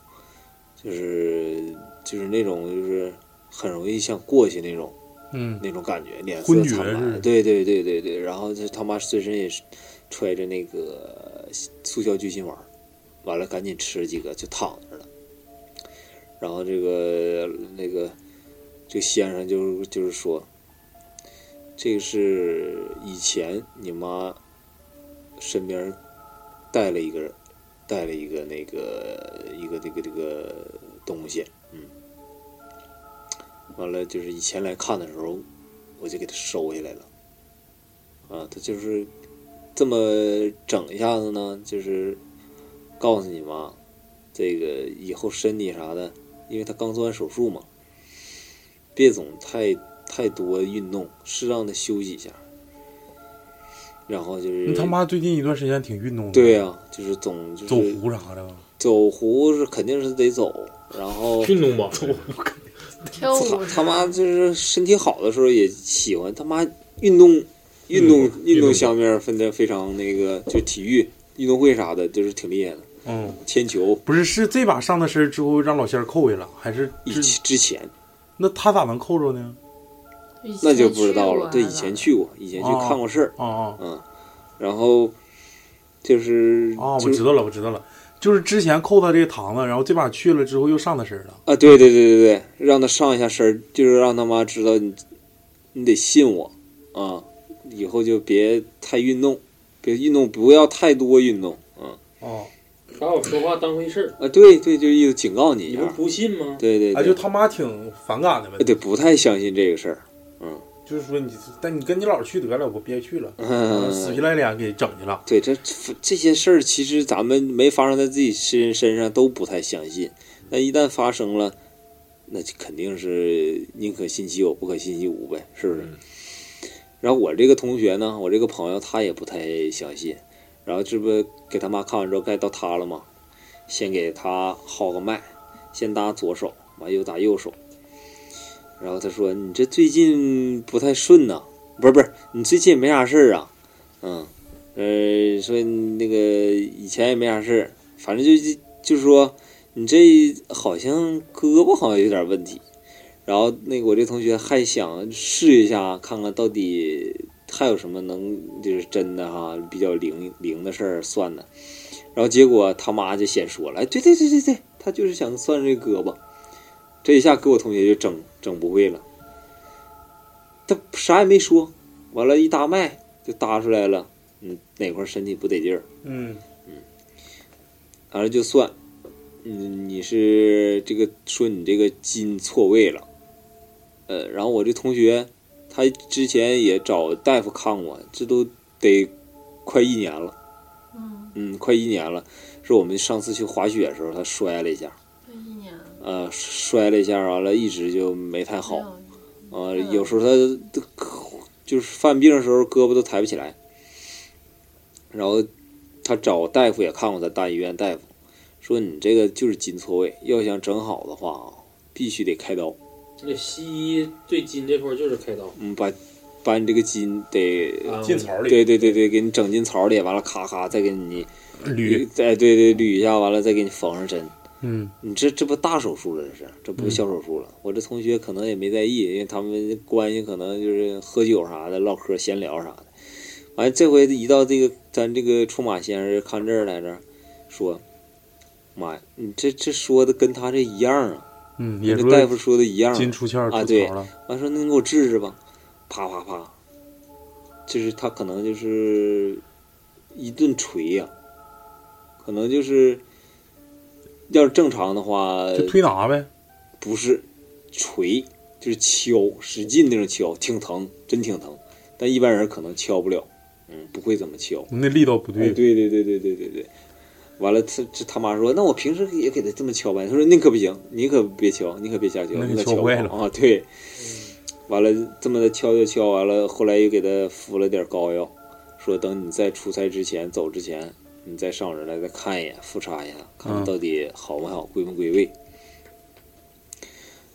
S6: 就是就是那种就是很容易像过去那种
S3: 嗯，
S6: 那种感觉，脸色
S3: 昏厥
S6: 惨
S3: 似的
S6: 白。对对对对对，然后他他妈随身也是揣着那个速效聚心丸儿，完了赶紧吃几个就躺那儿了。然后这个那个这个先生就是就是说，这个是以前你妈身边带了一个人，带了一个那个一个这个这个东西，嗯，完了就是以前来看的时候，我就给他收下来了，啊，他就是这么整一下子呢，就是告诉你妈，这个以后身体啥的，因为他刚做完手术嘛，别总太太多运动，适当的休息一下。然后就是
S3: 你他妈最近一段时间挺运动的，
S6: 对呀、就是总就是
S3: 走湖啥的吧，
S6: 走湖是肯定是得走，然后
S7: 运 动吧，
S4: 跳舞
S6: 他妈就是身体好的时候也喜欢他妈运动，运动、运
S7: 运动
S6: 动方面分的非常那个，就体育运动会啥的，就是挺厉害的。
S3: 嗯，
S6: 铅球
S3: 不是是这把上的身之后让老仙儿扣下了，还是
S6: 以
S3: 之
S6: 前之前
S3: 那他咋能扣着呢？
S6: 那就不知道了，对，以前
S4: 前
S6: 去过，啊以前去
S3: 哦
S6: 看过事儿，
S3: 啊啊
S6: 嗯，然后就是
S3: 啊！我
S6: 就
S3: 知
S6: 是
S3: 道了，我知道了，就是之前扣他这个堂子，然后这把去了之后又上他身了。
S6: 啊，对对对对对，让他上一下身儿，就是让他妈知道你，你得信我啊，以后就别太运动，别运动，不要太多运动啊
S3: 哦，
S9: 把我说话当回事儿，
S6: 啊，对对，就意思警告你一
S9: 你
S6: 下
S9: 不，不信吗？
S6: 对对对，
S3: 哎，
S6: 呃
S3: 就他妈挺反感的呗，
S6: 对不太相信这个事儿，
S3: 就是说你，但你跟你姥儿去得了，我别去了，啊死皮
S6: 嗯，
S3: 赖脸给整去了。
S6: 对，这这些事儿其实咱们没发生在自己身身上都不太相信，但一旦发生了，那就肯定是宁可信其有，不可信其无呗，是不是？然后我这个同学呢，我这个朋友他也不太相信，然后这不给他妈看完之后该到他了吗？先给他号个脉，先搭左手，完又打右手。然后他说：“你这最近不太顺呐、不是不是，你最近也没啥事儿啊，嗯，呃，说那个以前也没啥事儿，反正就就是说你这好像胳膊好像有点问题。”然后那个我这同学还想试一下，看看到底还有什么能就是真的哈、比较灵灵的事儿算的。然后结果他妈就先说了，哎，对对对对对，他就是想算这胳膊。这一下给我同学就整整不会了，他啥也没说，完了，一搭脉就搭出来了，嗯，哪块儿身体不得劲儿，
S3: 嗯，
S6: 反正就算，嗯，你是这个说你这个筋错位了，呃，然后我这同学他之前也找大夫看过，这都得快一年了，
S4: 嗯，
S6: 嗯，快一年了，是我们上次去滑雪的时候他摔了一下，
S4: 这一年
S6: 呃，摔了一下，完了一直就没太好，
S4: 没
S6: 呃，
S4: 嗯
S6: 有时候他都就是犯病的时候，胳膊都抬不起来。然后他找大夫也看过，他大医院大夫说你这个就是筋错位，要想整好的话啊，必须得开刀，
S9: 那西医对筋这块儿就是开刀，
S6: 嗯，把把你这个筋得，
S9: 啊
S3: 进槽
S6: 嗯
S3: 里
S6: 对对对对，给你整进槽里，完了咔咔再给你
S3: 捋，
S6: 再对对捋一下，完了再给你缝上针。
S3: 嗯，
S6: 你这这不大手术了，这是，这不是小手术了。我这同学可能也没在意，因为他们关系可能就是喝酒啥的、唠嗑、闲聊啥的。完，这回一到这个咱这个出马先生看这儿来着，说：“妈呀，你这这说的跟他这一样啊，
S3: 嗯，也
S6: 跟
S3: 说
S6: 这大夫说的一样、啊。
S3: 筋出窍
S6: 啊
S3: 出
S6: 对
S3: 槽了，”
S6: 完说：“那你给我治治吧。”啪啪啪，就是他可能就是一顿锤呀、可能就是要是正常的话，
S3: 就推拿呗。
S6: 不是锤，就是敲，使劲那种敲，挺疼，真挺疼。但一般人可能敲不了，嗯，不会怎么敲。
S3: 那力道不
S6: 哎，
S3: 对，
S6: 对对对对对对对。完了，他这他妈说，那我平时也给他这么敲呗。他说那可不行，你可别敲，你可别瞎敲，
S3: 那给
S6: 你可
S3: 敲
S6: 敲
S3: 坏了
S6: 啊！对，完了这么的敲就敲完了，后来又给他敷了点膏药，说等你再出差之前走之前，你再上我这儿来再看一眼，复查一下，看看
S3: 嗯
S6: 到底好没好，归没归位。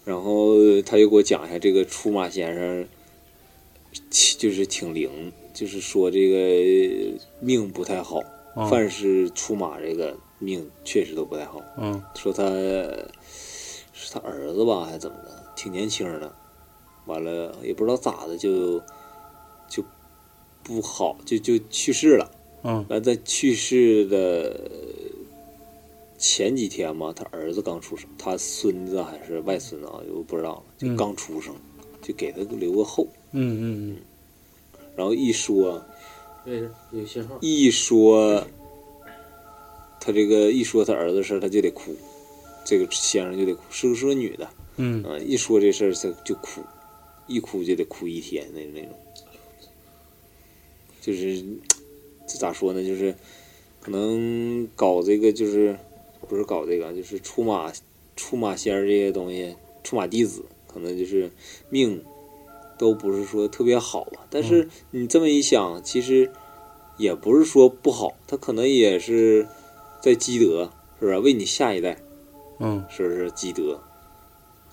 S6: 然后他又给我讲一下这个出马先生，其就是挺灵，就是说这个命不太好，
S3: 啊，
S6: 凡是出马这个命确实都不太好。
S3: 嗯，
S6: 说他是他儿子吧，还是怎么的，挺年轻的，完了也不知道咋的就就不好，就就去世了。
S3: 嗯，
S6: 完在去世的前几天嘛，他儿子刚出生，他孙子还是外孙子啊，我不知道了，就
S3: 嗯
S6: 刚出生，就给他留个后。
S3: 嗯嗯嗯，
S6: 然后一说，
S9: 没事，有信号。
S6: 一说他这个一说他儿子的事儿，他就得哭，这个先生就得哭，是个是个女的，
S3: 嗯
S6: 啊，一说这事儿他就哭，一哭就得哭一天那那种。就是这咋说呢？就是可能搞这个，就是不是搞这个啊，就是出马出马仙儿这些东西，出马弟子，可能就是命都不是说特别好吧。但
S9: 嗯
S6: 是你这么一想，其实也不是说不好，他可能也是在积德，是不是？为你下一代，
S3: 嗯，
S6: 是不是积德？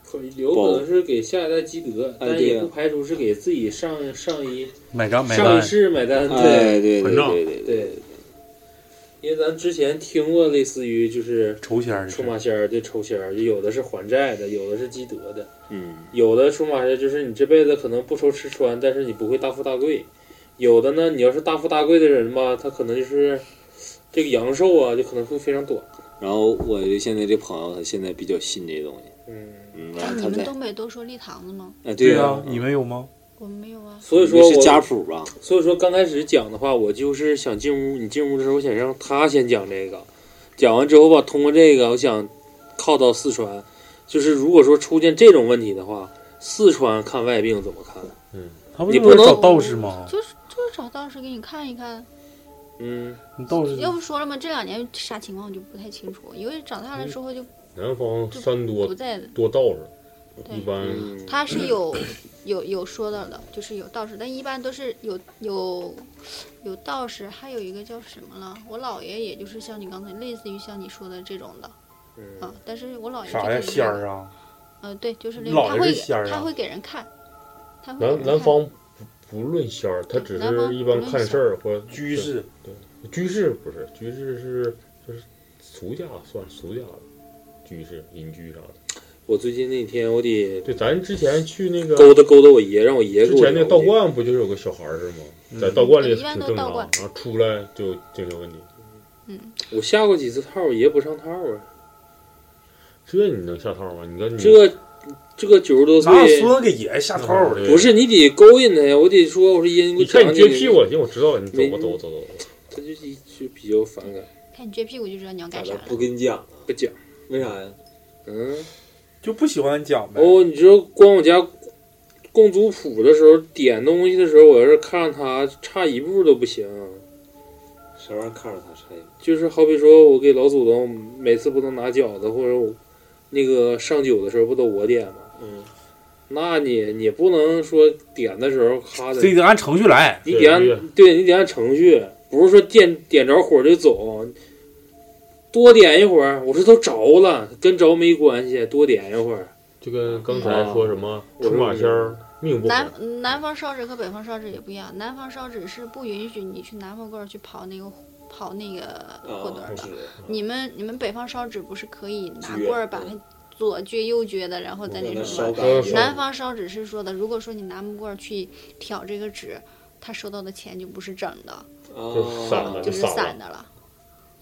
S9: 可有可能是给下一代积德，但
S6: 对
S9: 也
S6: 呀
S9: 不排除是给自己上上一
S3: 买账买
S9: 上一
S3: 单，
S9: 世买单。
S6: 哎
S9: 对
S6: 对对
S7: 混账
S6: 对对对，
S9: 对，因为咱之前听过类似于就是
S3: 筹钱儿
S9: 出
S3: 是
S9: 马仙儿对抽签儿，就有的是还债的，有的是积德的，
S6: 嗯。
S9: 有的出马仙儿就是你这辈子可能不愁吃穿，但是你不会大富大贵。有的呢，你要是大富大贵的人吧，他可能就是这个阳寿啊，就可能会非常短。
S6: 然后我就现在这朋友，他现在比较信这东西，
S9: 嗯，
S6: 嗯，然
S5: 哎
S6: 后
S5: 你
S6: 他
S5: 们
S6: 在，
S5: 东北都说立堂子吗？
S6: 哎，
S9: 啊
S3: 对
S6: 呀
S10: 啊
S3: 呀，，你们有吗？
S5: 我们没有啊。
S9: 所以
S6: 你
S9: 说
S6: 是
S9: 我
S6: 家谱吧？
S9: 所以说刚开始讲的话，我就是想进屋，你进屋的时候，我想让他先讲这个，讲完之后吧，通过这个，我想靠到四川，就是如果说出现这种问题的话，四川看外病怎么看？
S3: 他不
S9: 你
S3: 是
S9: 不能
S3: 找道士吗？
S5: 就是就是找道士给你看一看，
S9: 嗯，
S3: 你道士
S5: 要不说了吗？这两年啥情况我就不太清楚，因为长大了之后就
S7: 南方山多
S5: 不在了。
S7: 多道士，
S5: 对
S7: 一般
S9: 嗯
S5: 他是有有有说到的，就是有道士，但一般都是有有有道士，还有一个叫什么了？我姥爷也就是像你刚才类似于像你说的这种的
S9: 嗯
S5: 啊，但是我姥爷
S3: 啥呀
S5: 这种
S3: 仙儿啊？
S5: 呃，对，就是那
S3: 你
S5: 种
S3: 姥
S5: 他
S3: 爷
S5: 会
S3: 是仙儿啊
S5: 他会给人看，他会给
S7: 南
S5: 人
S7: 南
S5: 看
S7: 方不不论仙儿，他只
S5: 南方
S7: 是一般
S5: 不论
S7: 看事儿或
S3: 居士
S7: 居士不是居士是就是俗家算俗家的居士隐居啥的。
S9: 我最近那天我得
S7: 对，咱之前去那个
S9: 勾搭勾搭我爷，让我爷给
S7: 之
S9: 我
S7: 前那
S9: 聊
S7: 道
S9: 这个
S7: 观不就是有个小孩儿是吗？
S3: 嗯
S7: 在道观里
S5: 一般
S7: 挺
S5: 都
S7: 正
S5: 道
S7: 常，
S5: 观
S7: 然后出来就精神问题。
S9: 我下过几次套，我爷不上套啊，
S7: 这你能下套吗？你看你
S9: 这这个九十多
S3: 拿
S9: 岁。
S3: 孙子给爷下套儿的，
S9: 不是你得勾引他呀，我得说，我说爷，你给
S7: 你
S9: 我讲
S7: 看
S9: 讲
S7: 你撅屁股，行，我知道了，你走吧，走吧走吧走吧。
S9: 他就一就比较反感，
S5: 看你撅屁股就知道你要
S10: 咋
S5: 干啥
S10: 的？
S5: 了。
S10: 不跟你讲啊？
S9: 不讲，
S10: 为啥呀？
S9: 嗯。
S3: 就不喜欢讲呗。
S9: 哦，你知道光我家供族谱的时候点东西的时候，我要是看他差一步都不行。啊
S10: 啥玩意儿看着他啥呀？
S9: 就是好比说我给老祖宗每次不能拿饺子或者我那个上酒的时候，不都我点吗？
S10: 嗯，
S9: 那你你不能说点的时候咔的，
S3: 这得按程序来，
S9: 你点
S7: 对
S9: 按对你得按程序，不是说点点着火就走。多点一会儿，我说都着了，跟着没关系，多点一会儿。
S7: 就跟刚才说什么
S9: 啊我
S7: 出
S9: 说
S7: 马
S9: 你
S7: 仙儿命不好，
S5: 南南方烧纸和北方烧纸也不一样，南方烧纸是不允许你去南方棍儿去刨那个刨那个火堆
S10: 啊
S5: 儿，的。
S10: 是
S5: 你们你们北方烧纸不是可以拿
S10: 撅
S5: 棍儿把它左撅右撅的，然后再那
S10: 那
S5: 什
S10: 烧
S5: 么吗？
S10: 干
S7: 烧
S10: 净
S7: 干。
S5: 南方烧纸是说的，如果说你拿木棍儿去挑这个纸，他收到的钱就不是整的，
S7: 就是散
S10: 啊
S7: 的，
S5: 就
S7: 就是散
S5: 散
S7: 了。
S5: 的了。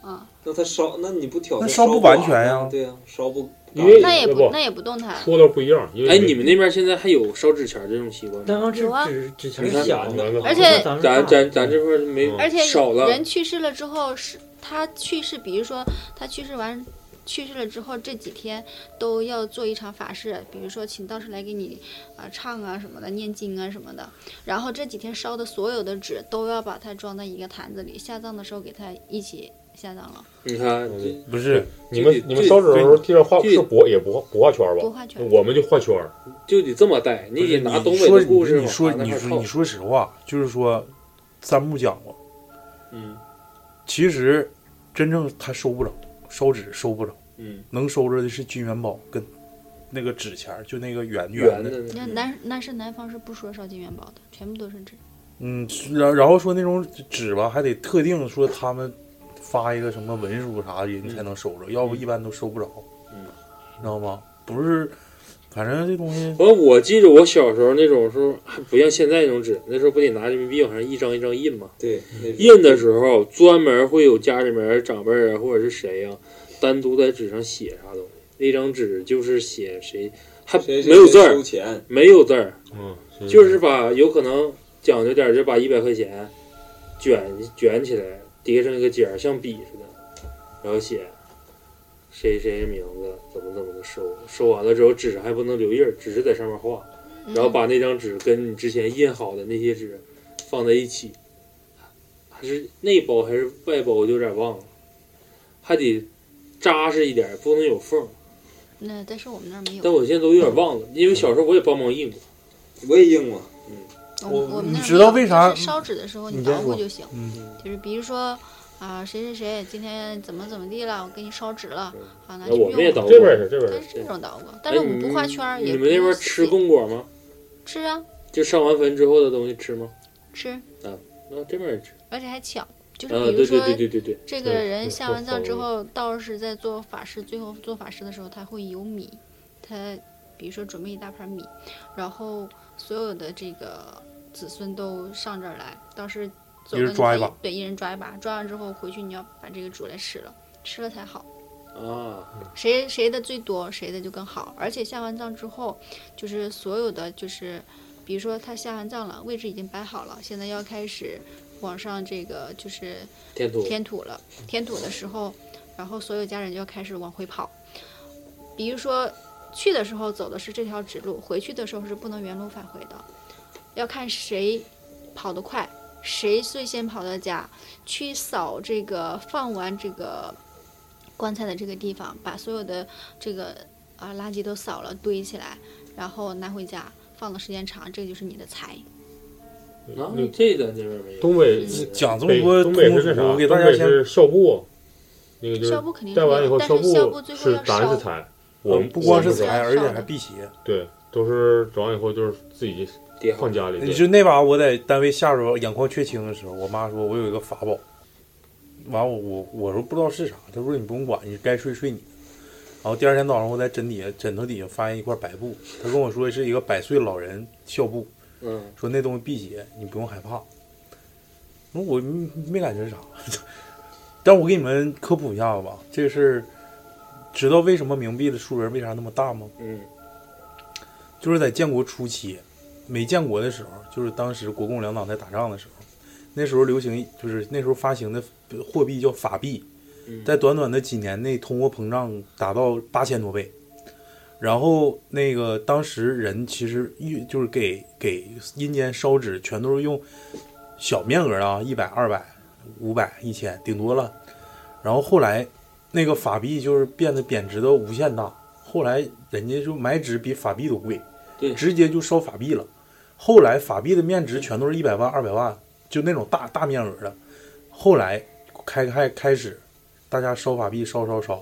S5: 啊，
S10: 那他烧，那你不挑
S3: 那
S10: 它
S3: 烧
S10: 不
S3: 不完全呀
S6: 啊
S10: 呀？对呀，烧不
S7: 因为
S5: 那也
S7: 不
S5: 不那也不动弹，
S7: 说的不一样，因为
S9: 哎，你们那边现在还有烧纸钱儿这种习惯吗？
S8: 南方纸
S5: 有啊
S8: 纸纸
S9: 你
S8: 钱
S9: 看
S8: 小，
S7: 咱们
S5: 而且
S8: 咱
S9: 咱咱咱这块儿没
S7: 嗯
S5: 而且
S9: 少了，
S5: 人去世了之后是他去世，比如说他去世完去世了之后这几天都要做一场法事，比如说请道士来给你啊、唱啊什么的，念经啊什么的。然后这几天烧的所有的纸都要把它装在一个坛子里，下葬的时候给它一起下葬了，
S9: 你看
S7: 嗯
S9: 这
S3: 不是
S7: 你们你们烧纸的时候地上画是不也不画不画圈儿
S5: 不
S7: 吧？
S5: 画圈。
S7: 我们就画圈儿，
S9: 就得这么带，
S3: 不
S9: 得
S3: 是
S9: 拿
S3: 你
S9: 东北
S3: 说
S9: 的故事
S3: 你说
S9: 往
S3: 你
S9: 那块
S3: 说
S9: 套
S3: 你。说实话，就是说，三木讲过，
S9: 嗯
S3: 其实真正他收不着，烧纸收不着，
S9: 嗯，
S3: 能收着的是金元宝跟那个纸钱儿，就那个圆
S9: 圆
S3: 的。
S9: 的
S5: 你看南那是南方是不说烧金元宝的，全部都是纸。
S3: 嗯，然然后说那种纸吧，还得特定说他们发一个什么文书啥，人才能收着，要不一般都收不着。
S9: 嗯，
S3: 知道吗？不是，反正这东西
S9: 完，我记着我小时候那种时候，还不像现在那种纸，那时候不得拿人民币往上一张一张印吗？
S10: 对，那
S9: 印的时候专门会有家里面长辈儿啊，或者是谁呀、单独在纸上写啥东西。那张纸就是写谁，还
S10: 谁谁
S9: 没有字
S10: 谁收
S9: 儿，
S10: 钱，
S9: 没有字儿，
S7: 嗯，
S9: 就是把有可能讲究点儿，就把一百块钱卷卷起来，叠成一个尖儿，像笔似的，然后写谁谁名字，怎么怎么的收，收完了之后纸上还不能留印儿，只是在上面画，然后把那张纸跟你之前印好的那些纸放在一起，是内包还是外包，我就有点忘了，还得扎实一点，不能有缝儿。
S5: 那但是我们那儿没有，
S9: 但我现在都有点忘了，因为小时候我也帮忙印过。
S10: 我也硬过，
S5: 我
S3: 我
S5: 哦我们那儿
S3: 你知道
S5: 没有
S3: 为啥
S5: 就是烧纸的时候
S3: 你
S5: 你
S3: 先
S5: 捣鼓
S3: 说
S5: 就行，
S3: 嗯，
S5: 就是比如说啊谁谁谁今天怎么怎么地了，我给你烧纸了，好拿去
S9: 那哎我
S5: 用
S9: 们也捣
S5: 吧。
S9: 鼓。
S7: 这边也是，这边也
S5: 但
S7: 是。
S5: 是这种捣鼓，但是我们不画圈儿，
S9: 哎
S5: 也
S9: 你
S5: 不
S9: 们那边
S5: 用
S9: 吃
S5: 洗
S9: 供果吗？
S5: 吃啊
S9: 就上完坟之后的东西吃吗？
S5: 吃，
S9: 啊，这边也吃。
S5: 而且还巧，就是
S9: 啊，
S5: 比如
S9: 对对
S5: 说
S9: 对对对对，
S5: 这个
S7: 对
S5: 人
S7: 对
S5: 下
S7: 我
S5: 完葬之
S7: 懂
S5: 后，道士在做法事，最后做法事的时候，他会有米，他比如说准备一大盘米，然后所有的这个子孙都上这儿来，道士走
S3: 一人
S5: 了你
S3: 抓
S5: 可
S3: 一
S5: 以
S3: 把，
S5: 对，一人抓一把，抓完之后回去你要把这个煮来吃了，吃了才好，
S9: 啊，
S7: 嗯
S5: 谁谁的最多，谁的就更好。而且下完葬之后，就是所有的就是，比如说他下完葬了，位置已经摆好了，现在要开始往上这个就是
S9: 天土
S5: 填土了。填土的时候，然后所有家人就要开始往回跑。比如说，去的时候走的是这条直路，回去的时候是不能原路返回的，要看谁跑得快，谁最先跑到家，去扫这个放完这个棺材的这个地方，把所有的这个啊、垃圾都扫了堆起来，然后拿回家。放的时间长，这就是你的财。
S9: 啊
S7: 那，
S9: 这咱这边没有。
S7: 嗯东北
S5: 嗯
S3: 讲这么
S7: 北
S3: 多
S7: 东北
S3: 通
S7: 是那
S3: 俗，
S7: 啥？
S3: 我给大
S7: 东
S3: 家
S7: 北
S3: 先
S7: 是孝布，那个就
S5: 孝
S7: 是
S5: 布肯定是
S7: 带完以
S5: 有，
S7: 后，
S5: 但是孝布
S7: 布
S5: 最后
S7: 是
S5: 要
S7: 咱
S5: 烧
S7: 是财，我们
S3: 啊不光
S5: 我
S3: 是
S5: 们不
S3: 财，
S5: 是
S3: 而且
S5: 烧的
S3: 还辟邪。
S7: 对，都是整完以后就是自己
S9: 叠好
S7: 放家里。
S3: 你
S7: 对
S3: 就那把我在单位下手眼眶缺青的时候，我妈说我有一个法宝，完我我我说不知道是啥，她说你不用管，你该睡睡你的。然后第二天早上我在枕底下枕头底下发现一块白布，她跟我说是一个百岁老人孝布，
S9: 嗯，
S3: 说那东西辟邪，你不用害怕。那我没没感觉啥，但我给你们科普一下吧，这个事儿，知道为什么冥币的数人为啥那么大吗？
S9: 嗯，
S3: 就是在建国初期，没建国的时候，就是当时国共两党在打仗的时候，那时候流行就是那时候发行的货币叫法币，
S9: 嗯
S3: 在短短的几年内，通货膨胀达到八千多倍。然后那个当时人其实一就是给给阴间烧纸，全都是用小面额啊，一百、二百、五百、一千，顶多了。然后后来那个法币就是变得贬值到无限大，后来人家就买纸比法币都贵，
S9: 对
S3: 直接就烧法币了。后来法币的面值全都是一百万、二百万，就那种大大面额的。后来开开开始，大家烧法币烧烧烧，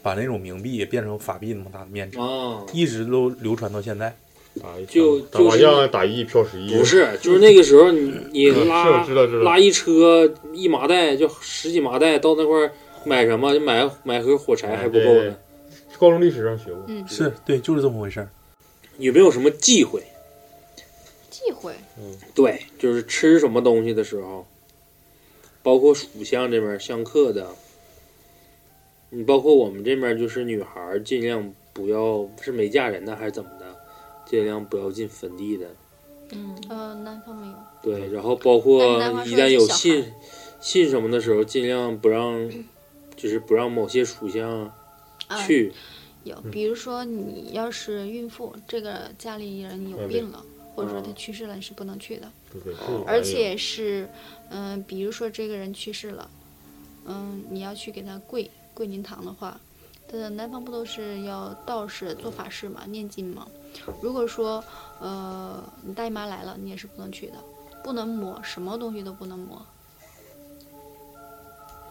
S3: 把那种冥币也变成法币那么大的面值，
S9: 啊，
S3: 一直都流传到现在。
S7: 打啊一
S9: 就
S7: 打麻
S9: 就是
S7: 将打一飘十一，
S9: 不是，就是那个时候你你
S7: 嗯是我
S9: 拉
S7: 知道知道
S9: 拉一车一麻袋，就十几麻袋到那块儿买什么？就买买盒火柴还不
S7: 哎
S9: 够呢。
S7: 高中历史上学过，
S5: 嗯，
S3: 是对，就是这么回事儿。
S9: 有没有什么忌讳？
S5: 忌讳。
S9: 对，就是吃什么东西的时候，包括属相这边儿相克的，你包括我们这边儿就是女孩儿尽量不要是没嫁人的还是怎么的，尽量不要进坟地的。
S4: 嗯，
S5: 呃，南方没有。
S9: 对，然后包括
S5: 嗯但是南方
S9: 一
S5: 说的
S9: 旦
S5: 是
S9: 有
S5: 小孩
S9: 信信什么的时候，尽量不让，就是不让某些属相
S5: 啊，
S9: 去。
S5: 有，比如说你要是孕妇，这个家里人有
S7: 嗯
S5: 病了，或者说他
S9: 嗯
S5: 去世了，你是不能去的。
S7: 对对，这种玩意
S5: 哦而
S7: 儿
S5: 且是，嗯、比如说这个人去世了，嗯，你要去给他跪跪灵堂的话，呃，南方不都是要道士做法事嘛，念经嘛？如果说，呃，你大姨妈来了，你也是不能去的，不能摸，什么东西都不能摸。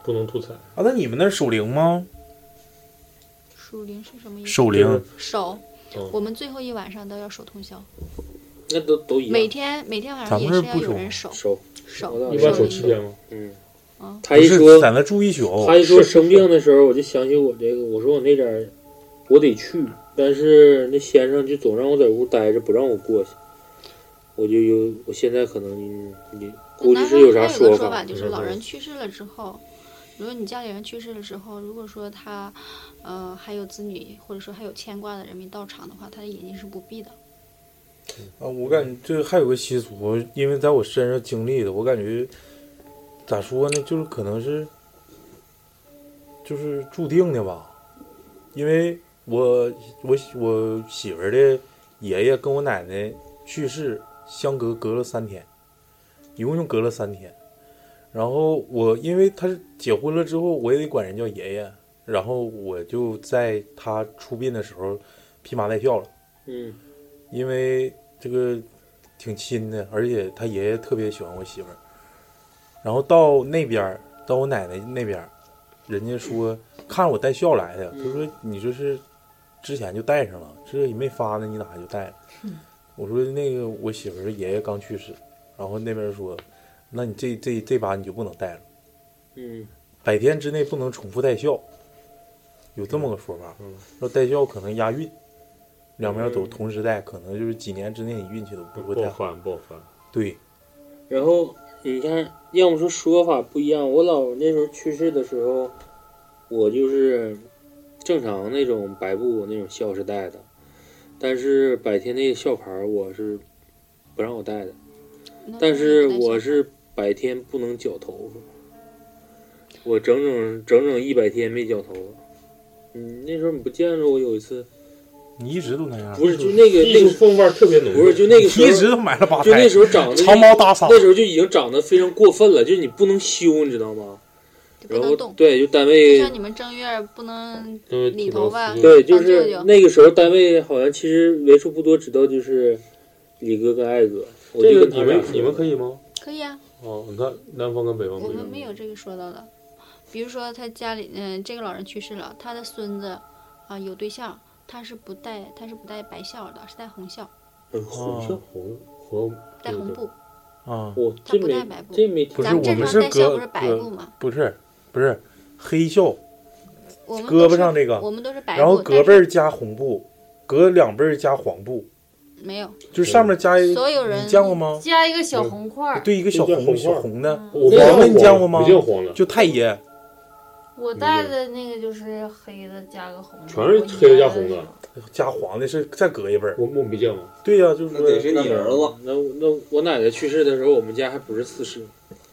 S7: 不能吐彩，
S3: 啊，那你们那儿守灵吗？
S5: 属灵是什么意思？
S3: 守灵，
S5: 手
S7: 嗯，
S5: 我们最后一晚上都要守通宵。
S9: 那都都一
S5: 每
S9: 样，
S5: 天每天晚
S3: 咱
S5: 上
S3: 们这儿
S5: 也是要
S3: 不
S5: 有
S3: 守
S5: 人守
S9: 收，
S5: 守，
S7: 一
S9: 一
S7: 般
S9: 般
S7: 守
S9: 守
S7: 七
S5: 灵
S7: 天吗？
S9: 嗯
S5: 啊。
S9: 他一
S3: 不是
S9: 说
S3: 在那住一宿
S9: 他，一说生病的时候，我就想起我这个，我说我那点儿我得去，但是那先生就总让我在屋待着，不让我过去，我就有，我现在可能你估计
S5: 南
S9: 是
S5: 方
S9: 有啥
S5: 还有个
S9: 法，
S5: 法，就是
S7: 嗯
S5: 老人去世了之后，如果你家里人去世了之后，如果说他呃还有子女或者说还有牵挂的人没到场的话，他的眼睛是不闭的。
S3: 啊，我感觉这还有个习俗，因为在我身上经历的，我感觉咋说呢，就是可能是就是注定的吧。因为我我我媳妇儿的爷爷跟我奶奶去世相隔隔了三天，一共就隔了三天。然后我因为他是结婚了之后，我也得管人叫爷爷，然后我就在他出殡的时候披麻戴孝了，
S9: 嗯，
S3: 因为这个挺亲的，而且他爷爷特别喜欢我媳妇儿。然后到那边儿，到我奶奶那边儿，人家说看我带孝来的，他说你这是之前就带上了，这也没发呢，你哪就带了？我说那个我媳妇儿爷爷刚去世，然后那边说，那你这这这把你就不能带了，
S9: 嗯
S3: 百天之内不能重复带孝，有这么个说
S9: 嗯
S3: 法，说带孝可能押运，两边都同时带，可能就是几年之内你运气都不会
S7: 不
S3: 太
S7: 好
S3: 好。
S7: 翻，不好翻。
S3: 对，
S9: 然后你看，要么说说法不一样。我姥那时候去世的时候，我就是正常那种白布那种孝是戴的，但是百天那孝牌儿我是不让我戴的，
S4: 那
S9: 但是
S4: 你
S5: 嗯
S4: 得
S9: 我
S4: 想
S9: 是白天不能绞头发，我整整整整一百天没绞头发。嗯，那时候你不见着我有一次，
S3: 你一直都那样，
S7: 啊
S9: 不是就那个那
S7: 艺术
S9: 个
S7: 风范特别浓
S9: 不是就那 个时候
S3: 一直都买了八
S9: 就
S3: 胎
S9: 那，时候长得
S3: 长毛大嗓
S9: 那时候就已经长得非常过分了，就是你不能修，你知道吗？
S5: 就不
S9: 然
S5: 能
S9: 后
S5: 动。
S9: 对，就单
S5: 就
S9: 位
S5: 像你们正月不能
S7: 就是
S5: 理
S7: 挺
S5: 头
S7: 多
S5: 发
S7: 思
S9: 对，就
S5: 帮舅
S9: 是
S5: 舅
S9: 那个时候单位好像其实为数不多知道就是李哥跟艾哥，我
S7: 这
S9: 就
S7: 个
S9: 跟他
S7: 你
S9: 俩
S7: 们
S9: 说
S7: 你们可以吗？
S5: 可以啊，
S7: 哦，你看南方跟北方
S5: 我
S7: 不一
S5: 们
S7: 样。
S5: 没有这个说到的。比如说他家里，嗯、这个老人去世了，他的孙子啊、有对象，他是不带他是不带白孝的，是带红孝，
S9: 嗯红
S7: 哦
S3: 啊
S9: 色，
S7: 红红
S5: 带红
S7: 对
S5: 布。
S3: 啊，
S9: 我
S5: 他
S9: 这
S5: 不带
S9: 没
S5: 白布
S9: 这没听
S3: 不是
S5: 咱们
S3: 我
S5: 正
S3: 们
S5: 常
S3: 是
S5: 带孝
S3: 隔
S5: 不是白
S3: 隔
S5: 布吗？
S3: 不是不是黑孝，
S5: 我们
S3: 胳
S5: 都
S3: 膊
S5: 是
S3: 上这个
S5: 我们都是白布，
S3: 然后隔
S5: 但
S3: 辈
S5: 是
S3: 儿加红布，隔两辈儿加黄布，
S5: 没有，
S3: 就上面加一
S5: 所有人
S3: 你见过吗？
S4: 加一个小红块儿，嗯
S3: 对，一个小
S7: 这叫
S3: 红
S7: 红花
S3: 小红
S5: 嗯
S3: 的，
S7: 我
S3: 黄
S7: 黄
S3: 的
S7: 的
S3: 你见过吗
S7: 没见黄的，
S3: 就太爷。
S4: 我带的那个就是黑的加个红的，
S7: 全是黑的加红
S4: 我一
S7: 的
S4: 般
S3: 加黄的是再隔一辈儿，
S7: 我我没见过。
S3: 对呀、就是
S10: 那得
S3: 说
S10: 是你儿子，
S9: 那我那我奶奶去世的时候，我们家还不是四世，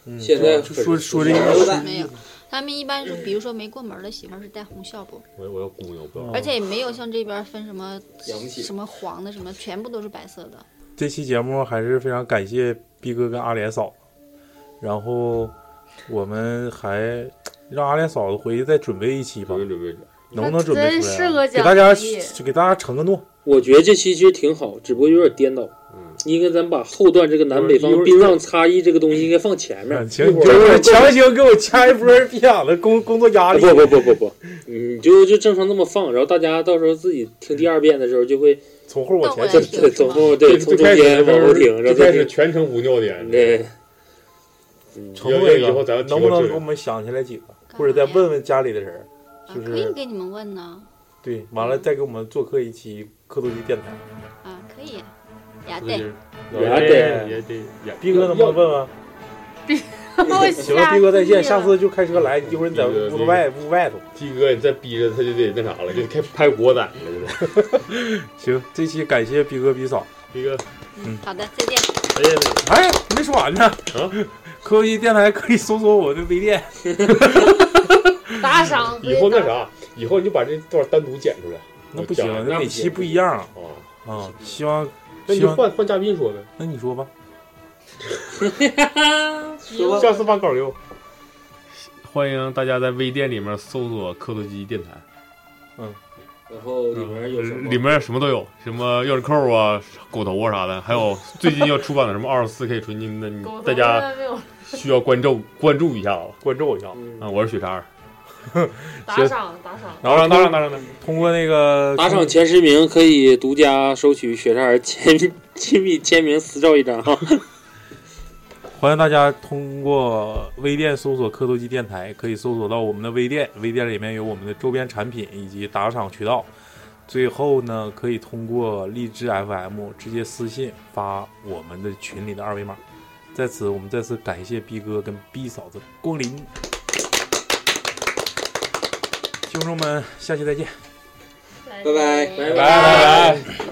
S3: 嗯
S9: 现在
S3: 就说说这个
S10: 儿子
S5: 没有，他们一般是，比如说没过门儿的媳妇儿是带红孝布，
S3: 哦
S7: 我我要姑娘，我不要。
S5: 而且也没有像这边儿分什么
S10: 养不起
S5: 什么黄的什么，全部都是白色的。
S3: 这期节目还是非常感谢逼哥跟阿莲嫂，然后我们还让阿莲嫂子回去再准备一期吧
S7: 准，备准备。
S3: 能不能准备
S4: 真
S3: 出来
S4: 适合
S3: 啊？给
S4: 讲
S3: 大家
S4: 综艺
S3: 给大家承个诺，
S9: 我觉得这期其实挺好，只不过有点颠倒。
S7: 嗯，
S9: 应该咱把后段这个南北
S7: 一会
S9: 方
S7: 儿
S9: 殡葬差异这个东西应该放 前面，
S3: 行，
S9: 一
S3: 你
S9: 会
S3: 就
S9: 儿
S3: 是强行给我掐一波别想的工工作压
S9: 啊
S3: 力。
S9: 不不不不不，你就就正常这么放，然后大家到时候自己听第二遍的时候就会
S3: 从后往前
S5: 倒
S3: 走
S5: 过来。听
S9: 对从后对从中间往后听，然
S7: 就
S9: 后再
S7: 开始
S9: 听
S7: 全程无尿点。
S9: 对，
S3: 承诺一
S7: 要以后咱
S3: 个，
S7: 们
S3: 能不能
S7: 提个质量
S3: 给我们想起来几个，
S5: 干
S3: 或者再
S5: 嘛呀
S3: 问问家里的人儿，
S5: 啊
S3: 就，
S5: 可以
S3: 是
S5: 给你们问呢，
S3: 对，完了再给我们做客一期科多机电台。
S5: 啊，可以，呀
S7: 对
S5: 对，，
S9: 也
S7: 得
S9: 得
S7: 也得也。
S3: 逼哥能不能问问？
S4: 我
S3: 行了，逼哥再见，
S4: 吓
S3: 下
S4: 死你了
S3: 次就开车来，一会儿你在屋子外屋外头。
S7: 鸡哥，你再逼着他就得那啥了，就开拍国仔了，就得。
S3: 行，这期感谢逼哥逼嫂。
S7: 鸡哥，
S5: 嗯，好的，再见。
S7: 哎呀，
S3: 哎，没说完呢。
S7: 啊
S3: 科多机电台可以搜索我的微店。
S4: 打赏
S7: 以后那啥，以后你就把这段单独剪出来。
S3: 那不行，
S7: 啊
S3: 那每期不一样啊
S7: 啊，
S3: 啊。希望，
S7: 那
S3: 希
S7: 你就
S3: 望，
S7: 换换嘉宾说呗，
S3: 那你说吧。
S10: 说吧，
S7: 下次发稿六。欢迎大家在微店里面搜索“磕头机电台
S9: 然后”，里面有什么？
S7: 嗯里面什么都有，什么钥匙扣啊、狗头啊啥的，还有最近要出版的什么二十四 K 纯金的，你
S4: 狗头啊
S7: 大家
S4: 没有
S7: 需要关注关注一下子。
S3: 关注我一下，
S7: 啊，
S9: 嗯，
S7: 我是雪莎，
S4: 打赏打赏，
S3: 然后通
S7: 当然当然当然，
S3: 通过那个
S9: 打赏前十名可以独家收取雪山签亲笔签名私照一张啊！
S3: 欢迎大家通过微店搜索“磕头机电台”，可以搜索到我们的微店，微店里面有我们的周边产品以及打赏渠道。最后呢，可以通过荔枝 FM 直接私信发我们的群里的二维码。在此，我们再次感谢逼哥跟逼嫂子光临。听众们，下期再见。
S4: 拜
S10: 拜拜。
S9: 拜
S7: 拜拜。